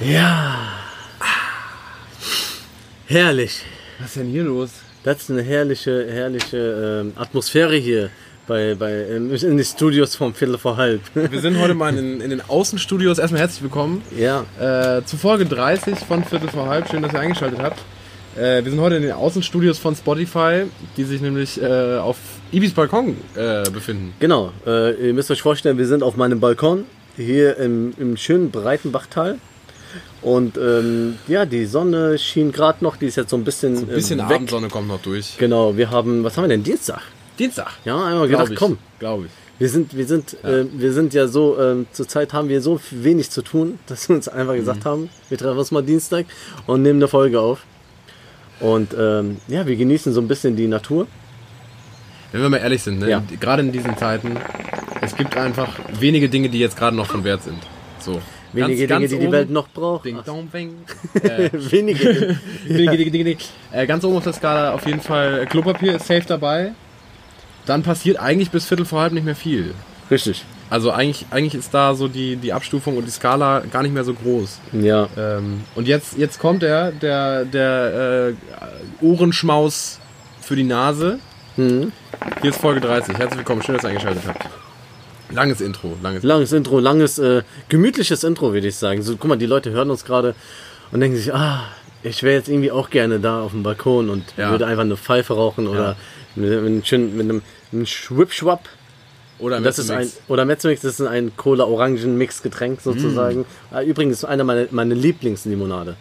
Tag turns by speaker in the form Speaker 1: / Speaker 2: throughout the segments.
Speaker 1: Ja. Herrlich.
Speaker 2: Was ist denn hier los?
Speaker 1: Das ist eine herrliche, herrliche ähm, Atmosphäre hier bei, bei, ähm, in den Studios vom Viertel vor halb.
Speaker 2: Wir sind heute mal in, in den Außenstudios. Erstmal herzlich willkommen
Speaker 1: ja.
Speaker 2: äh, zu Folge 30 von Viertel vor halb. Schön, dass ihr eingeschaltet habt. Äh, wir sind heute in den Außenstudios von Spotify, die sich nämlich äh, auf Ibis Balkon äh, befinden.
Speaker 1: Genau. Äh, ihr müsst euch vorstellen, wir sind auf meinem Balkon hier im, im schönen breiten Bachtal. Und ähm, ja, die Sonne schien gerade noch, die ist jetzt so ein bisschen.
Speaker 2: Ein bisschen
Speaker 1: äh, weg.
Speaker 2: Abendsonne kommt noch durch.
Speaker 1: Genau, wir haben, was haben wir denn? Dienstag.
Speaker 2: Dienstag.
Speaker 1: Ja, einmal
Speaker 2: Glaub
Speaker 1: gedacht, komm,
Speaker 2: Glaube ich.
Speaker 1: wir sind, wir sind, äh, wir sind ja so, ähm, zurzeit haben wir so wenig zu tun, dass wir uns einfach gesagt
Speaker 2: Mhm.
Speaker 1: haben, wir treffen uns mal Dienstag und nehmen eine Folge auf. Und ähm, ja, wir genießen so ein bisschen die Natur.
Speaker 2: Wenn wir mal ehrlich sind, ne?
Speaker 1: Ja.
Speaker 2: gerade in diesen Zeiten, es gibt einfach wenige Dinge, die jetzt gerade noch von Wert sind. So.
Speaker 1: Wenige Dinge, die die
Speaker 2: oben-
Speaker 1: Welt noch braucht.
Speaker 2: Ding,
Speaker 1: Ach,
Speaker 2: dong, bing. Äh,
Speaker 1: Wenige.
Speaker 2: Ding, ding, ding, ding. Äh, ganz oben auf der Skala auf jeden Fall äh, Klopapier ist safe dabei. Dann passiert eigentlich bis Viertel vor halb nicht mehr viel.
Speaker 1: Richtig.
Speaker 2: Also eigentlich, eigentlich ist da so die, die Abstufung und die Skala gar nicht mehr so groß.
Speaker 1: Ja.
Speaker 2: Ähm, und jetzt, jetzt kommt er, der, der äh, Ohrenschmaus für die Nase.
Speaker 1: Mhm.
Speaker 2: Hier ist Folge 30. Herzlich willkommen, schön, dass ihr eingeschaltet habt. Langes Intro, langes
Speaker 1: Langes Intro, langes, äh, gemütliches Intro, würde ich sagen. So, guck mal, die Leute hören uns gerade und denken sich, ah, ich wäre jetzt irgendwie auch gerne da auf dem Balkon und
Speaker 2: Ja.
Speaker 1: würde einfach eine Pfeife rauchen oder mit, mit, einem schönen- mit einem, einem Schwip-Schwapp.
Speaker 2: Oder
Speaker 1: Das ist ein,
Speaker 2: Mix.
Speaker 1: oder Metzmix, das ist ein
Speaker 2: Mm.
Speaker 1: Cola-Orangen-Mix-Getränk sozusagen. Ah, Übrigens, eine meiner meine Lieblingslimonade.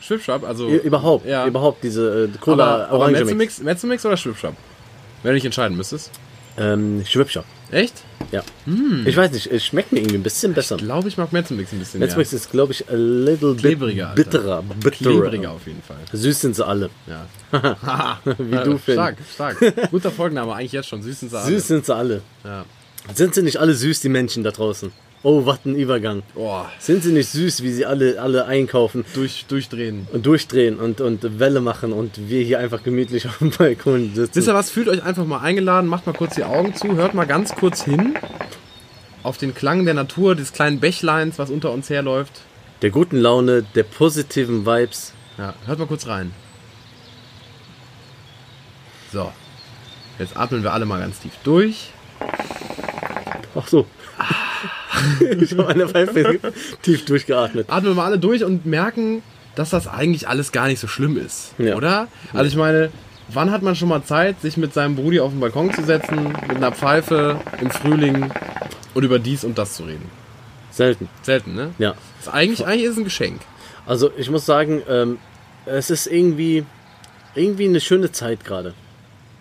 Speaker 2: Schwipschwapp, also.
Speaker 1: Ü- Überhaupt,
Speaker 2: Ja.
Speaker 1: überhaupt diese äh,
Speaker 2: aber aber
Speaker 1: Cola-Orangen-Mix.
Speaker 2: Metzumix Metzumix oder Schwipschwapp? Wenn du dich entscheiden müsstest.
Speaker 1: Ähm, Schwipschwapp,
Speaker 2: Echt?
Speaker 1: ja.
Speaker 2: Mm.
Speaker 1: Ich weiß nicht, es schmeckt mir irgendwie ein bisschen besser.
Speaker 2: Glaube ich, mag Metzumix ein bisschen
Speaker 1: Metzmix ist, glaube ich, a little bit
Speaker 2: Klebriger, Alter.
Speaker 1: bitterer.
Speaker 2: mehr.
Speaker 1: bitterer.
Speaker 2: Klebriger auf jeden Fall.
Speaker 1: Süß sind sie alle.
Speaker 2: Ja. Wie
Speaker 1: du, Finn.
Speaker 2: Stark, stark. Guter Folgenname, eigentlich jetzt schon. Süßen Saal.
Speaker 1: Süß sind sie alle.
Speaker 2: Ja.
Speaker 1: Sind sie nicht alle süß, die Menschen da draußen? Oh, was ein Übergang.
Speaker 2: Boah,
Speaker 1: Sind sie nicht süß, wie sie alle, alle einkaufen
Speaker 2: durch, durchdrehen.
Speaker 1: und durchdrehen und, und Welle machen und wir hier einfach gemütlich auf dem Balkon
Speaker 2: Wisst
Speaker 1: sitzen?
Speaker 2: ihr was? Fühlt euch einfach mal eingeladen, macht mal kurz die Augen zu, hört mal ganz kurz hin auf den Klang der Natur, des kleinen Bächleins, was unter uns herläuft.
Speaker 1: Der guten Laune, der positiven Vibes.
Speaker 2: Ja, hört mal kurz rein. So. Jetzt atmen wir alle mal ganz tief durch.
Speaker 1: Ach so.
Speaker 2: Ah.
Speaker 1: ich habe eine Pfeife tief durchgeatmet.
Speaker 2: atmen wir mal alle durch und merken, dass das eigentlich alles gar nicht so schlimm ist,
Speaker 1: Ja.
Speaker 2: oder? Also ich meine, wann hat man schon mal Zeit, sich mit seinem Brudi auf den Balkon zu setzen, mit einer Pfeife im Frühling und über dies und das zu reden?
Speaker 1: Selten.
Speaker 2: Selten, ne?
Speaker 1: Ja.
Speaker 2: Ist eigentlich, eigentlich ist es ein Geschenk.
Speaker 1: Also ich muss sagen, ähm, es ist irgendwie, irgendwie eine schöne Zeit gerade.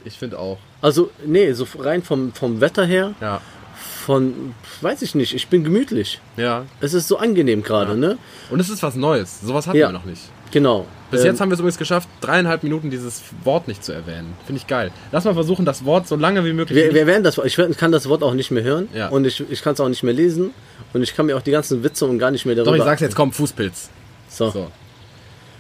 Speaker 2: Ich finde auch.
Speaker 1: Also, nee, so rein vom, vom Wetter her,
Speaker 2: Ja.
Speaker 1: von, weiß ich nicht, ich bin gemütlich.
Speaker 2: Ja.
Speaker 1: Es ist so angenehm gerade, ne?
Speaker 2: Und es ist was Neues. Sowas hatten
Speaker 1: Ja.
Speaker 2: wir noch nicht.
Speaker 1: Genau.
Speaker 2: Bis
Speaker 1: Ähm,
Speaker 2: jetzt haben wir es übrigens geschafft, dreieinhalb Minuten dieses Wort nicht zu erwähnen. Finde ich geil. Lass mal versuchen, das Wort so lange wie möglich.
Speaker 1: wir,
Speaker 2: nicht-
Speaker 1: wir werden das, ich werd- kann das Wort auch nicht mehr hören
Speaker 2: Ja.
Speaker 1: und ich, ich kann es auch nicht mehr lesen und ich kann mir auch die ganzen Witze und gar nicht mehr
Speaker 2: Doch,
Speaker 1: darüber.
Speaker 2: ich sag's jetzt, komm, Fußpilz.
Speaker 1: so.
Speaker 2: So.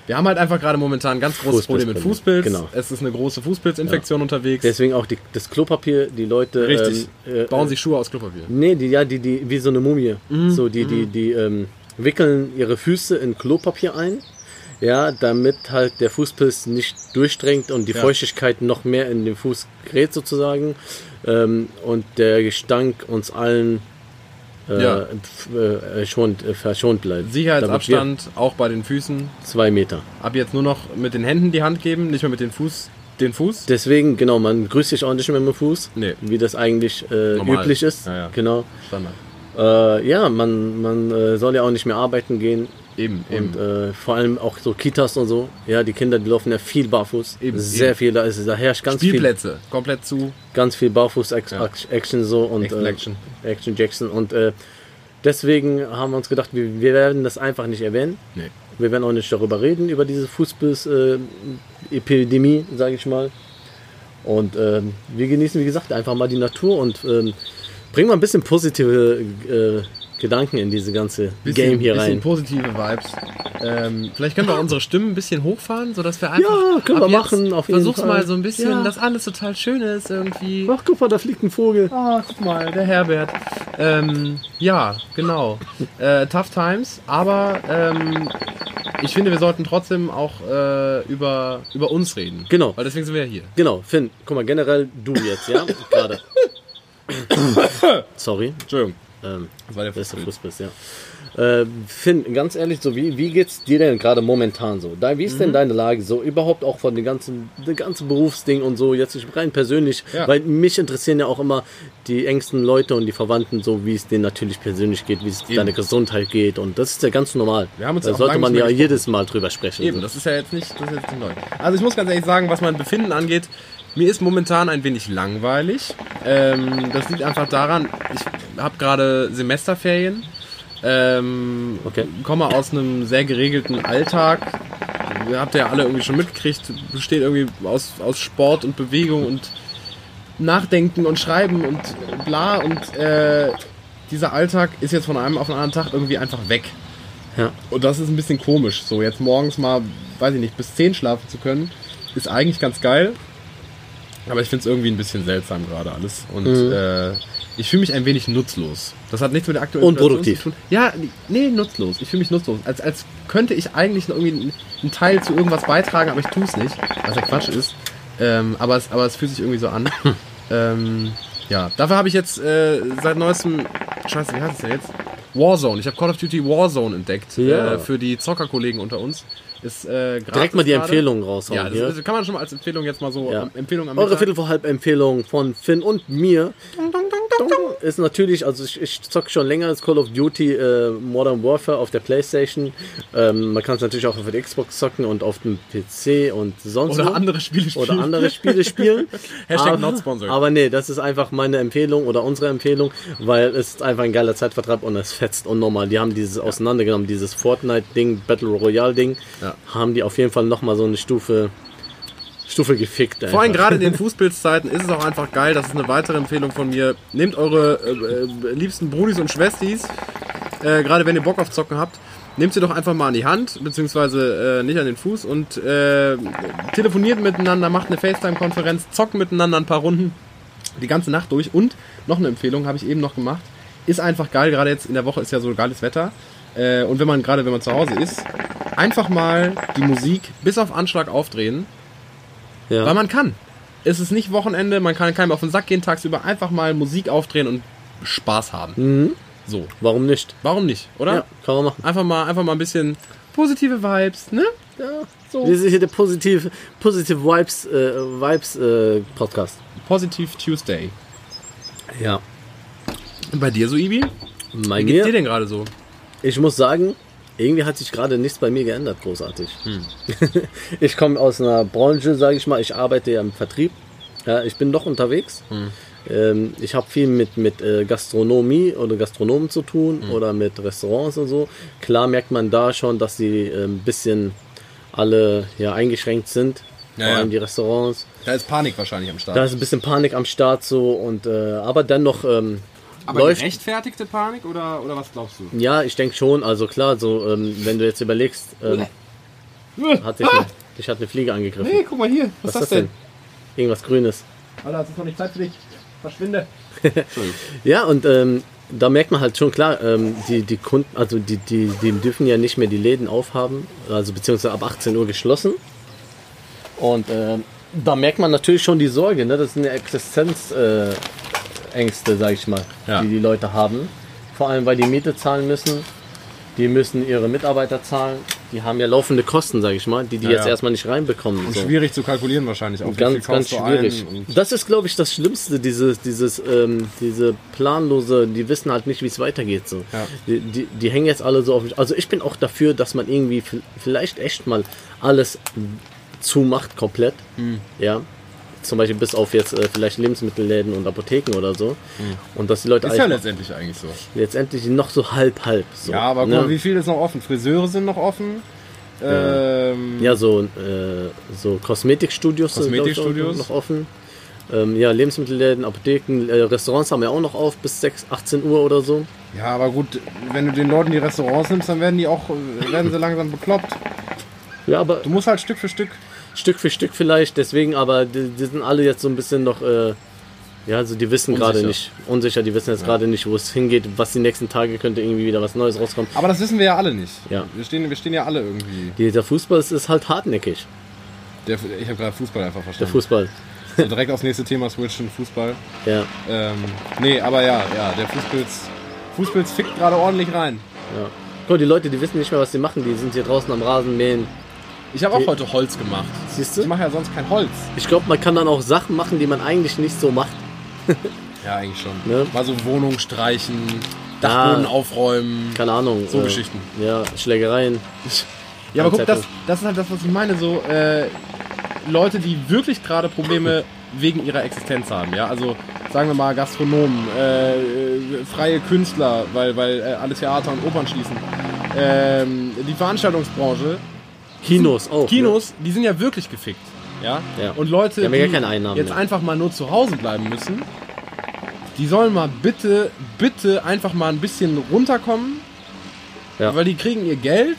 Speaker 2: Wir haben halt einfach gerade momentan ein ganz großes Problem mit Fußpilz.
Speaker 1: Fußpilz, genau.
Speaker 2: Es ist eine große Fußpilzinfektion unterwegs.
Speaker 1: Deswegen auch die, das Klopapier, die Leute.
Speaker 2: Richtig.
Speaker 1: ähm, äh,
Speaker 2: Bauen
Speaker 1: äh,
Speaker 2: sich Schuhe aus Klopapier.
Speaker 1: Nee, die, ja, die, die, wie so eine Mumie.
Speaker 2: Mhm.
Speaker 1: So, die, die, die ähm, wickeln ihre Füße in Klopapier ein. Ja, damit halt der Fußpilz nicht durchdringt und die
Speaker 2: Ja.
Speaker 1: Feuchtigkeit noch mehr in den Fuß gerät sozusagen. Ähm, und der Gestank uns allen äh,
Speaker 2: Ja.
Speaker 1: pf- äh, schont, äh, verschont bleibt. Damit
Speaker 2: Sicherheitsabstand auch bei den Füßen.
Speaker 1: wir Zwei Meter.
Speaker 2: Ab jetzt nur noch mit den Händen die Hand geben, nicht mehr mit den Fuß. Den Fuß.
Speaker 1: Deswegen, genau, man grüßt sich auch nicht mehr mit dem Fuß,
Speaker 2: Nee.
Speaker 1: wie das eigentlich äh,
Speaker 2: Normal.
Speaker 1: üblich ist.
Speaker 2: Ja, ja.
Speaker 1: Genau.
Speaker 2: Standard.
Speaker 1: Äh, ja, man, man äh, soll ja auch nicht mehr arbeiten gehen.
Speaker 2: Eben, eben.
Speaker 1: Und äh, vor allem auch so Kitas und so. Ja, die Kinder, die laufen ja viel barfuß.
Speaker 2: Eben,
Speaker 1: Sehr
Speaker 2: eben.
Speaker 1: viel. Da, ist, da herrscht ganz viel,
Speaker 2: Spielplätze komplett zu.
Speaker 1: ganz viel Barfuß-Action so. Und,
Speaker 2: Action,
Speaker 1: äh,
Speaker 2: Action.
Speaker 1: Action Jackson. Und äh, deswegen haben wir uns gedacht, wir, wir werden das einfach nicht erwähnen.
Speaker 2: Nee.
Speaker 1: Wir werden auch nicht darüber reden, über diese Fußpilz-Epidemie, sage ich mal. Und ähm, wir genießen, wie gesagt, einfach mal die Natur und ähm, bringen mal ein bisschen positive äh, Gedanken in diese ganze
Speaker 2: Bisschen,
Speaker 1: Game hier
Speaker 2: bisschen
Speaker 1: rein.
Speaker 2: positive Vibes. Ähm, vielleicht können wir unsere Stimmen ein bisschen hochfahren, sodass wir einfach.
Speaker 1: Ja, können
Speaker 2: ab
Speaker 1: wir
Speaker 2: jetzt
Speaker 1: machen, auf jeden
Speaker 2: Versuch's
Speaker 1: Fall.
Speaker 2: mal so ein bisschen,
Speaker 1: Ja.
Speaker 2: dass alles total schön ist irgendwie.
Speaker 1: Ach, guck mal, da fliegt ein Vogel.
Speaker 2: Ah, guck mal, der Herbert. Ähm, ja, genau. Äh, tough Times, aber ähm, ich finde, wir sollten trotzdem auch äh, über, über uns reden.
Speaker 1: Genau.
Speaker 2: Weil deswegen sind wir ja hier.
Speaker 1: Genau, Finn, guck mal, generell du jetzt, ja? Gerade. Sorry,
Speaker 2: Entschuldigung.
Speaker 1: ähm,
Speaker 2: Das war der
Speaker 1: dass du
Speaker 2: Fußball.
Speaker 1: Fuß bist, ja. Äh, Finn, ganz ehrlich, so wie, wie geht's dir denn gerade momentan so? Da, wie ist
Speaker 2: Mhm.
Speaker 1: denn deine Lage so überhaupt auch von dem ganzen, dem ganzen Berufsding und so jetzt ich rein persönlich,
Speaker 2: Ja.
Speaker 1: weil mich interessieren ja auch immer die engsten Leute und die Verwandten so, wie es denen natürlich persönlich geht, wie es
Speaker 2: Eben.
Speaker 1: deine Gesundheit geht und das ist ja ganz normal.
Speaker 2: Wir haben uns
Speaker 1: da
Speaker 2: ja auch
Speaker 1: sollte
Speaker 2: lange
Speaker 1: man
Speaker 2: nicht
Speaker 1: ja
Speaker 2: mehr gesprochen.
Speaker 1: jedes Mal drüber sprechen.
Speaker 2: Eben, das ist ja jetzt nicht, das ist jetzt nicht neu. Also ich muss ganz ehrlich sagen, was mein Befinden angeht, mir ist momentan ein wenig langweilig. Ähm, das liegt einfach daran, ich habe gerade Semesterferien, ähm,
Speaker 1: Okay.
Speaker 2: komme aus einem sehr geregelten Alltag. Habt ihr ja alle irgendwie schon mitgekriegt, besteht irgendwie aus, aus Sport und Bewegung und Nachdenken und Schreiben und bla und äh, dieser Alltag ist jetzt von einem auf den anderen Tag irgendwie einfach weg.
Speaker 1: Ja.
Speaker 2: Und das ist ein bisschen komisch. So, jetzt morgens mal, weiß ich nicht, bis 10 schlafen zu können, ist eigentlich ganz geil. Aber ich finde es irgendwie ein bisschen seltsam gerade alles. Und äh, ich fühle mich ein wenig nutzlos. Das hat nichts mit der aktuellen
Speaker 1: Unproduktiv.
Speaker 2: Situation zu tun. Ja, nee, nutzlos. Ich fühle mich nutzlos. Als, als könnte ich eigentlich noch irgendwie einen- einen Teil zu irgendwas beitragen, aber ich tue es nicht, was ja Quatsch ist. Ähm, aber, es, aber es fühlt sich irgendwie so an. ähm, ja, dafür habe ich jetzt äh, seit neuestem, scheiße, wie heißt es denn jetzt? Warzone. Ich habe Call of Duty Warzone entdeckt.
Speaker 1: Ja.
Speaker 2: Äh, für die Zockerkollegen unter uns. Ist, äh,
Speaker 1: Direkt
Speaker 2: gratis
Speaker 1: mal die
Speaker 2: gerade.
Speaker 1: Empfehlungen raushauen.
Speaker 2: Ja, das,
Speaker 1: hier.
Speaker 2: ist- kann man schon mal als Empfehlung jetzt mal so. ähm,
Speaker 1: Ja.
Speaker 2: Empfehlung am
Speaker 1: Eure
Speaker 2: Mittag.
Speaker 1: Viertel vor halb Empfehlung von Finn und mir
Speaker 2: Dong, dong, dong, dong, dong.
Speaker 1: ist natürlich, also ich, ich zocke schon länger das Call of Duty äh, Modern Warfare auf der Playstation. Ähm, man kann es natürlich auch auf der Xbox zocken und auf dem PC und sonst wo.
Speaker 2: Oder andere Spiele spielen.
Speaker 1: oder andere Spiele spielen.
Speaker 2: Hashtag
Speaker 1: aber,
Speaker 2: not sponsored.
Speaker 1: Aber nee, das ist einfach meine Empfehlung oder unsere Empfehlung, weil es ist einfach ein geiler Zeitvertreib und es fetzt unnormal. Die haben dieses auseinandergenommen, dieses Fortnite-Ding, Battle Royale-Ding,
Speaker 2: Ja.
Speaker 1: haben die auf jeden Fall nochmal so eine Stufe, Stufe gefickt.
Speaker 2: Vor allem
Speaker 1: einfach.
Speaker 2: gerade in den Fußpilzzeiten ist es auch einfach geil. Das ist eine weitere Empfehlung von mir. Nehmt eure äh, äh, liebsten Brudis und Schwestis, äh, gerade wenn ihr Bock auf Zocken habt, nehmt sie doch einfach mal an die Hand, beziehungsweise äh, nicht an den Fuß und äh, telefoniert miteinander, macht eine FaceTime-Konferenz, zockt miteinander ein paar Runden die ganze Nacht durch. Und noch eine Empfehlung habe ich eben noch gemacht. Ist einfach geil, gerade jetzt in der Woche ist ja so geiles Wetter. Äh, und wenn man gerade, wenn man zu Hause ist, einfach mal die Musik bis auf Anschlag aufdrehen
Speaker 1: Ja.
Speaker 2: weil man kann. Es ist nicht Wochenende, man kann keinem auf den Sack gehen tagsüber. Einfach mal Musik aufdrehen und Spaß haben. So,
Speaker 1: Warum nicht?
Speaker 2: warum nicht, oder?
Speaker 1: Mhm. Ja, kann man machen.
Speaker 2: Einfach mal, einfach mal ein bisschen positive Vibes, ne?
Speaker 1: Wir sind hier der Positive, Positive Vibes, äh, Vibes äh, Podcast.
Speaker 2: Positive Tuesday.
Speaker 1: Ja.
Speaker 2: Und bei dir so, Ibi?
Speaker 1: Bei
Speaker 2: Wie geht's dir
Speaker 1: mir,
Speaker 2: denn gerade so?
Speaker 1: ich muss sagen, irgendwie hat sich gerade nichts bei mir geändert, großartig.
Speaker 2: Hm.
Speaker 1: ich komme aus einer Branche, sage ich mal, ich arbeite ja im Vertrieb. Ja, ich bin doch unterwegs.
Speaker 2: Hm.
Speaker 1: Ähm, ich habe viel mit, mit äh, Gastronomie oder Gastronomen zu tun
Speaker 2: Hm.
Speaker 1: oder mit Restaurants und so. Klar merkt man da schon, dass sie äh, ein bisschen alle ja, eingeschränkt sind.
Speaker 2: Ja,
Speaker 1: vor allem
Speaker 2: ja.
Speaker 1: die Restaurants.
Speaker 2: Da ist Panik wahrscheinlich am Start.
Speaker 1: Da ist ein bisschen Panik am Start so und äh, aber dennoch ähm,
Speaker 2: Aber
Speaker 1: läuft.
Speaker 2: gerechtfertigte Panik oder, oder was glaubst du?
Speaker 1: Ja, ich denke schon. Also klar, so ähm, wenn du jetzt überlegst, ähm, hat dich, eine, dich hat eine Fliege angegriffen.
Speaker 2: Äh, Hey, guck mal hier. Was, ist das denn?
Speaker 1: Irgendwas Grünes.
Speaker 2: Alter, es ist noch nicht Zeit für dich. Verschwinde.
Speaker 1: Ja und ähm, da merkt man halt schon klar, ähm, die die Kunden, also die, die die dürfen ja nicht mehr die Läden aufhaben, also beziehungsweise ab 18 Uhr geschlossen. Und ähm, da merkt man natürlich schon die Sorge, ne? Das sind ja Existenzängste, äh, Ängste, sag ich mal,
Speaker 2: Ja.
Speaker 1: die die Leute haben. Vor allem, weil die Miete zahlen müssen. Die müssen ihre Mitarbeiter zahlen. Die haben ja laufende Kosten, sag ich mal, die die
Speaker 2: Ja,
Speaker 1: jetzt
Speaker 2: ja.
Speaker 1: erstmal nicht reinbekommen.
Speaker 2: Und
Speaker 1: so.
Speaker 2: schwierig zu kalkulieren wahrscheinlich. Auch
Speaker 1: Ganz, ganz schwierig. Das ist, glaube ich, das Schlimmste, dieses, dieses, ähm, diese planlose, die wissen halt nicht, wie es weitergeht. So.
Speaker 2: Ja.
Speaker 1: Die, die, die hängen jetzt alle so auf mich. Also ich bin auch dafür, dass man irgendwie vi- vielleicht echt mal alles zumacht komplett.
Speaker 2: Hm.
Speaker 1: Ja. Zum Beispiel bis auf jetzt äh, vielleicht Lebensmittelläden und Apotheken oder so. Und dass die Leute
Speaker 2: Hm. ist ja
Speaker 1: eigentlich
Speaker 2: letztendlich eigentlich so.
Speaker 1: letztendlich noch so halb, halb. So,
Speaker 2: Ja, aber guck
Speaker 1: ne?
Speaker 2: mal, wie viel ist noch offen? Friseure sind noch offen. Ähm,
Speaker 1: Ja, so, äh, so Kosmetikstudios sind glaub ich, auch
Speaker 2: Kosmetikstudios.
Speaker 1: noch offen. Ähm, ja, Lebensmittelläden, Apotheken, äh, Restaurants haben ja auch noch auf bis 6, 18 Uhr oder so.
Speaker 2: Ja, aber gut, wenn du den Leuten die Restaurants nimmst, dann werden die auch, äh, werden sie langsam bekloppt.
Speaker 1: Ja, aber
Speaker 2: Du musst halt Stück für Stück.
Speaker 1: Stück für Stück vielleicht, deswegen, aber die, die sind alle jetzt so ein bisschen noch, äh, ja, also die wissen gerade
Speaker 2: Unsicher.
Speaker 1: nicht, unsicher, die wissen jetzt gerade nicht, wo es hingeht, was die nächsten Tage könnte irgendwie wieder was Neues rauskommen.
Speaker 2: Aber das wissen wir ja alle nicht.
Speaker 1: Ja.
Speaker 2: Wir, stehen, wir stehen ja alle irgendwie.
Speaker 1: Dieser Fußball es ist halt hartnäckig,
Speaker 2: Der, ich habe gerade Fußball einfach
Speaker 1: der
Speaker 2: verstanden.
Speaker 1: Fußball.
Speaker 2: So direkt aufs nächste Thema switchen, Fußball.
Speaker 1: Ja,
Speaker 2: Ähm, nee, aber ja, ja, der Fußpilz, Fußpilz fickt gerade ordentlich rein.
Speaker 1: ja. Guck, die Leute, die wissen nicht mehr, was sie machen, die sind hier draußen am Rasen mähen.
Speaker 2: Ich habe auch heute Holz gemacht.
Speaker 1: Siehst
Speaker 2: Ich
Speaker 1: du?
Speaker 2: mache ja sonst kein Holz.
Speaker 1: Ich glaube, man kann dann auch Sachen machen, die man eigentlich nicht so macht.
Speaker 2: Ja, eigentlich schon.
Speaker 1: Ne?
Speaker 2: Mal so Wohnung streichen, Dachboden
Speaker 1: Ah.
Speaker 2: aufräumen.
Speaker 1: Keine Ahnung. äh,
Speaker 2: So Geschichten.
Speaker 1: Ja, Schlägereien.
Speaker 2: Ja, aber guck, das,
Speaker 1: Konzepte.
Speaker 2: das ist halt das, was ich meine. So äh, Leute, die wirklich gerade Probleme wegen ihrer Existenz haben. Ja, also sagen wir mal Gastronomen, äh, äh, freie Künstler, weil, weil äh, alle Theater und Opern schließen. Ähm, die Veranstaltungsbranche,
Speaker 1: Kinos auch. ne?
Speaker 2: Kinos, die sind ja wirklich gefickt. Ja?
Speaker 1: Ja.
Speaker 2: Und Leute,
Speaker 1: Die haben ja
Speaker 2: die
Speaker 1: gar keine Einnahmen
Speaker 2: jetzt
Speaker 1: mehr.
Speaker 2: einfach mal nur zu Hause bleiben müssen, die sollen mal bitte, bitte einfach mal ein bisschen runterkommen,
Speaker 1: Ja.
Speaker 2: weil die kriegen ihr Geld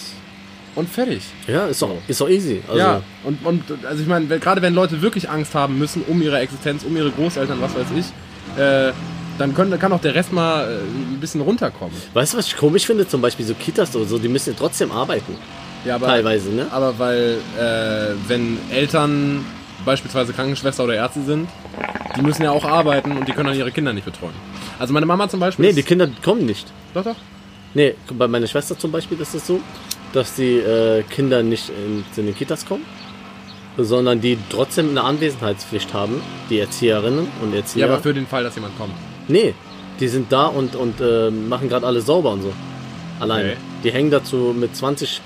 Speaker 2: und fertig.
Speaker 1: Ne? Ja, ist doch, ist doch easy. Also,
Speaker 2: ja, und, und also ich meine, wenn- gerade wenn Leute wirklich Angst haben müssen um ihre Existenz, um ihre Großeltern, was weiß ich, äh, dann können, kann auch der Rest mal äh, ein bisschen runterkommen.
Speaker 1: Weißt du, was ich komisch finde? Zum Beispiel so Kitas oder so, die müssen ja trotzdem arbeiten.
Speaker 2: Ja, aber,
Speaker 1: Teilweise, ne?
Speaker 2: Aber weil, äh, wenn Eltern beispielsweise Krankenschwester oder Ärzte sind, die müssen ja auch arbeiten und die können dann ihre Kinder nicht betreuen. Also meine Mama zum Beispiel.
Speaker 1: Nee,
Speaker 2: ist-
Speaker 1: die Kinder kommen nicht.
Speaker 2: Doch, doch.
Speaker 1: Nee, bei meiner Schwester zum Beispiel ist es so, dass die äh, Kinder nicht in, zu den Kitas kommen, sondern die trotzdem eine Anwesenheitspflicht haben, die Erzieherinnen und
Speaker 2: Ja,
Speaker 1: Erzieher.
Speaker 2: aber für den Fall, dass jemand kommt.
Speaker 1: nee, die sind da und, und äh, machen gerade alles sauber und so. Alleine.
Speaker 2: Okay.
Speaker 1: Die hängen dazu mit 20,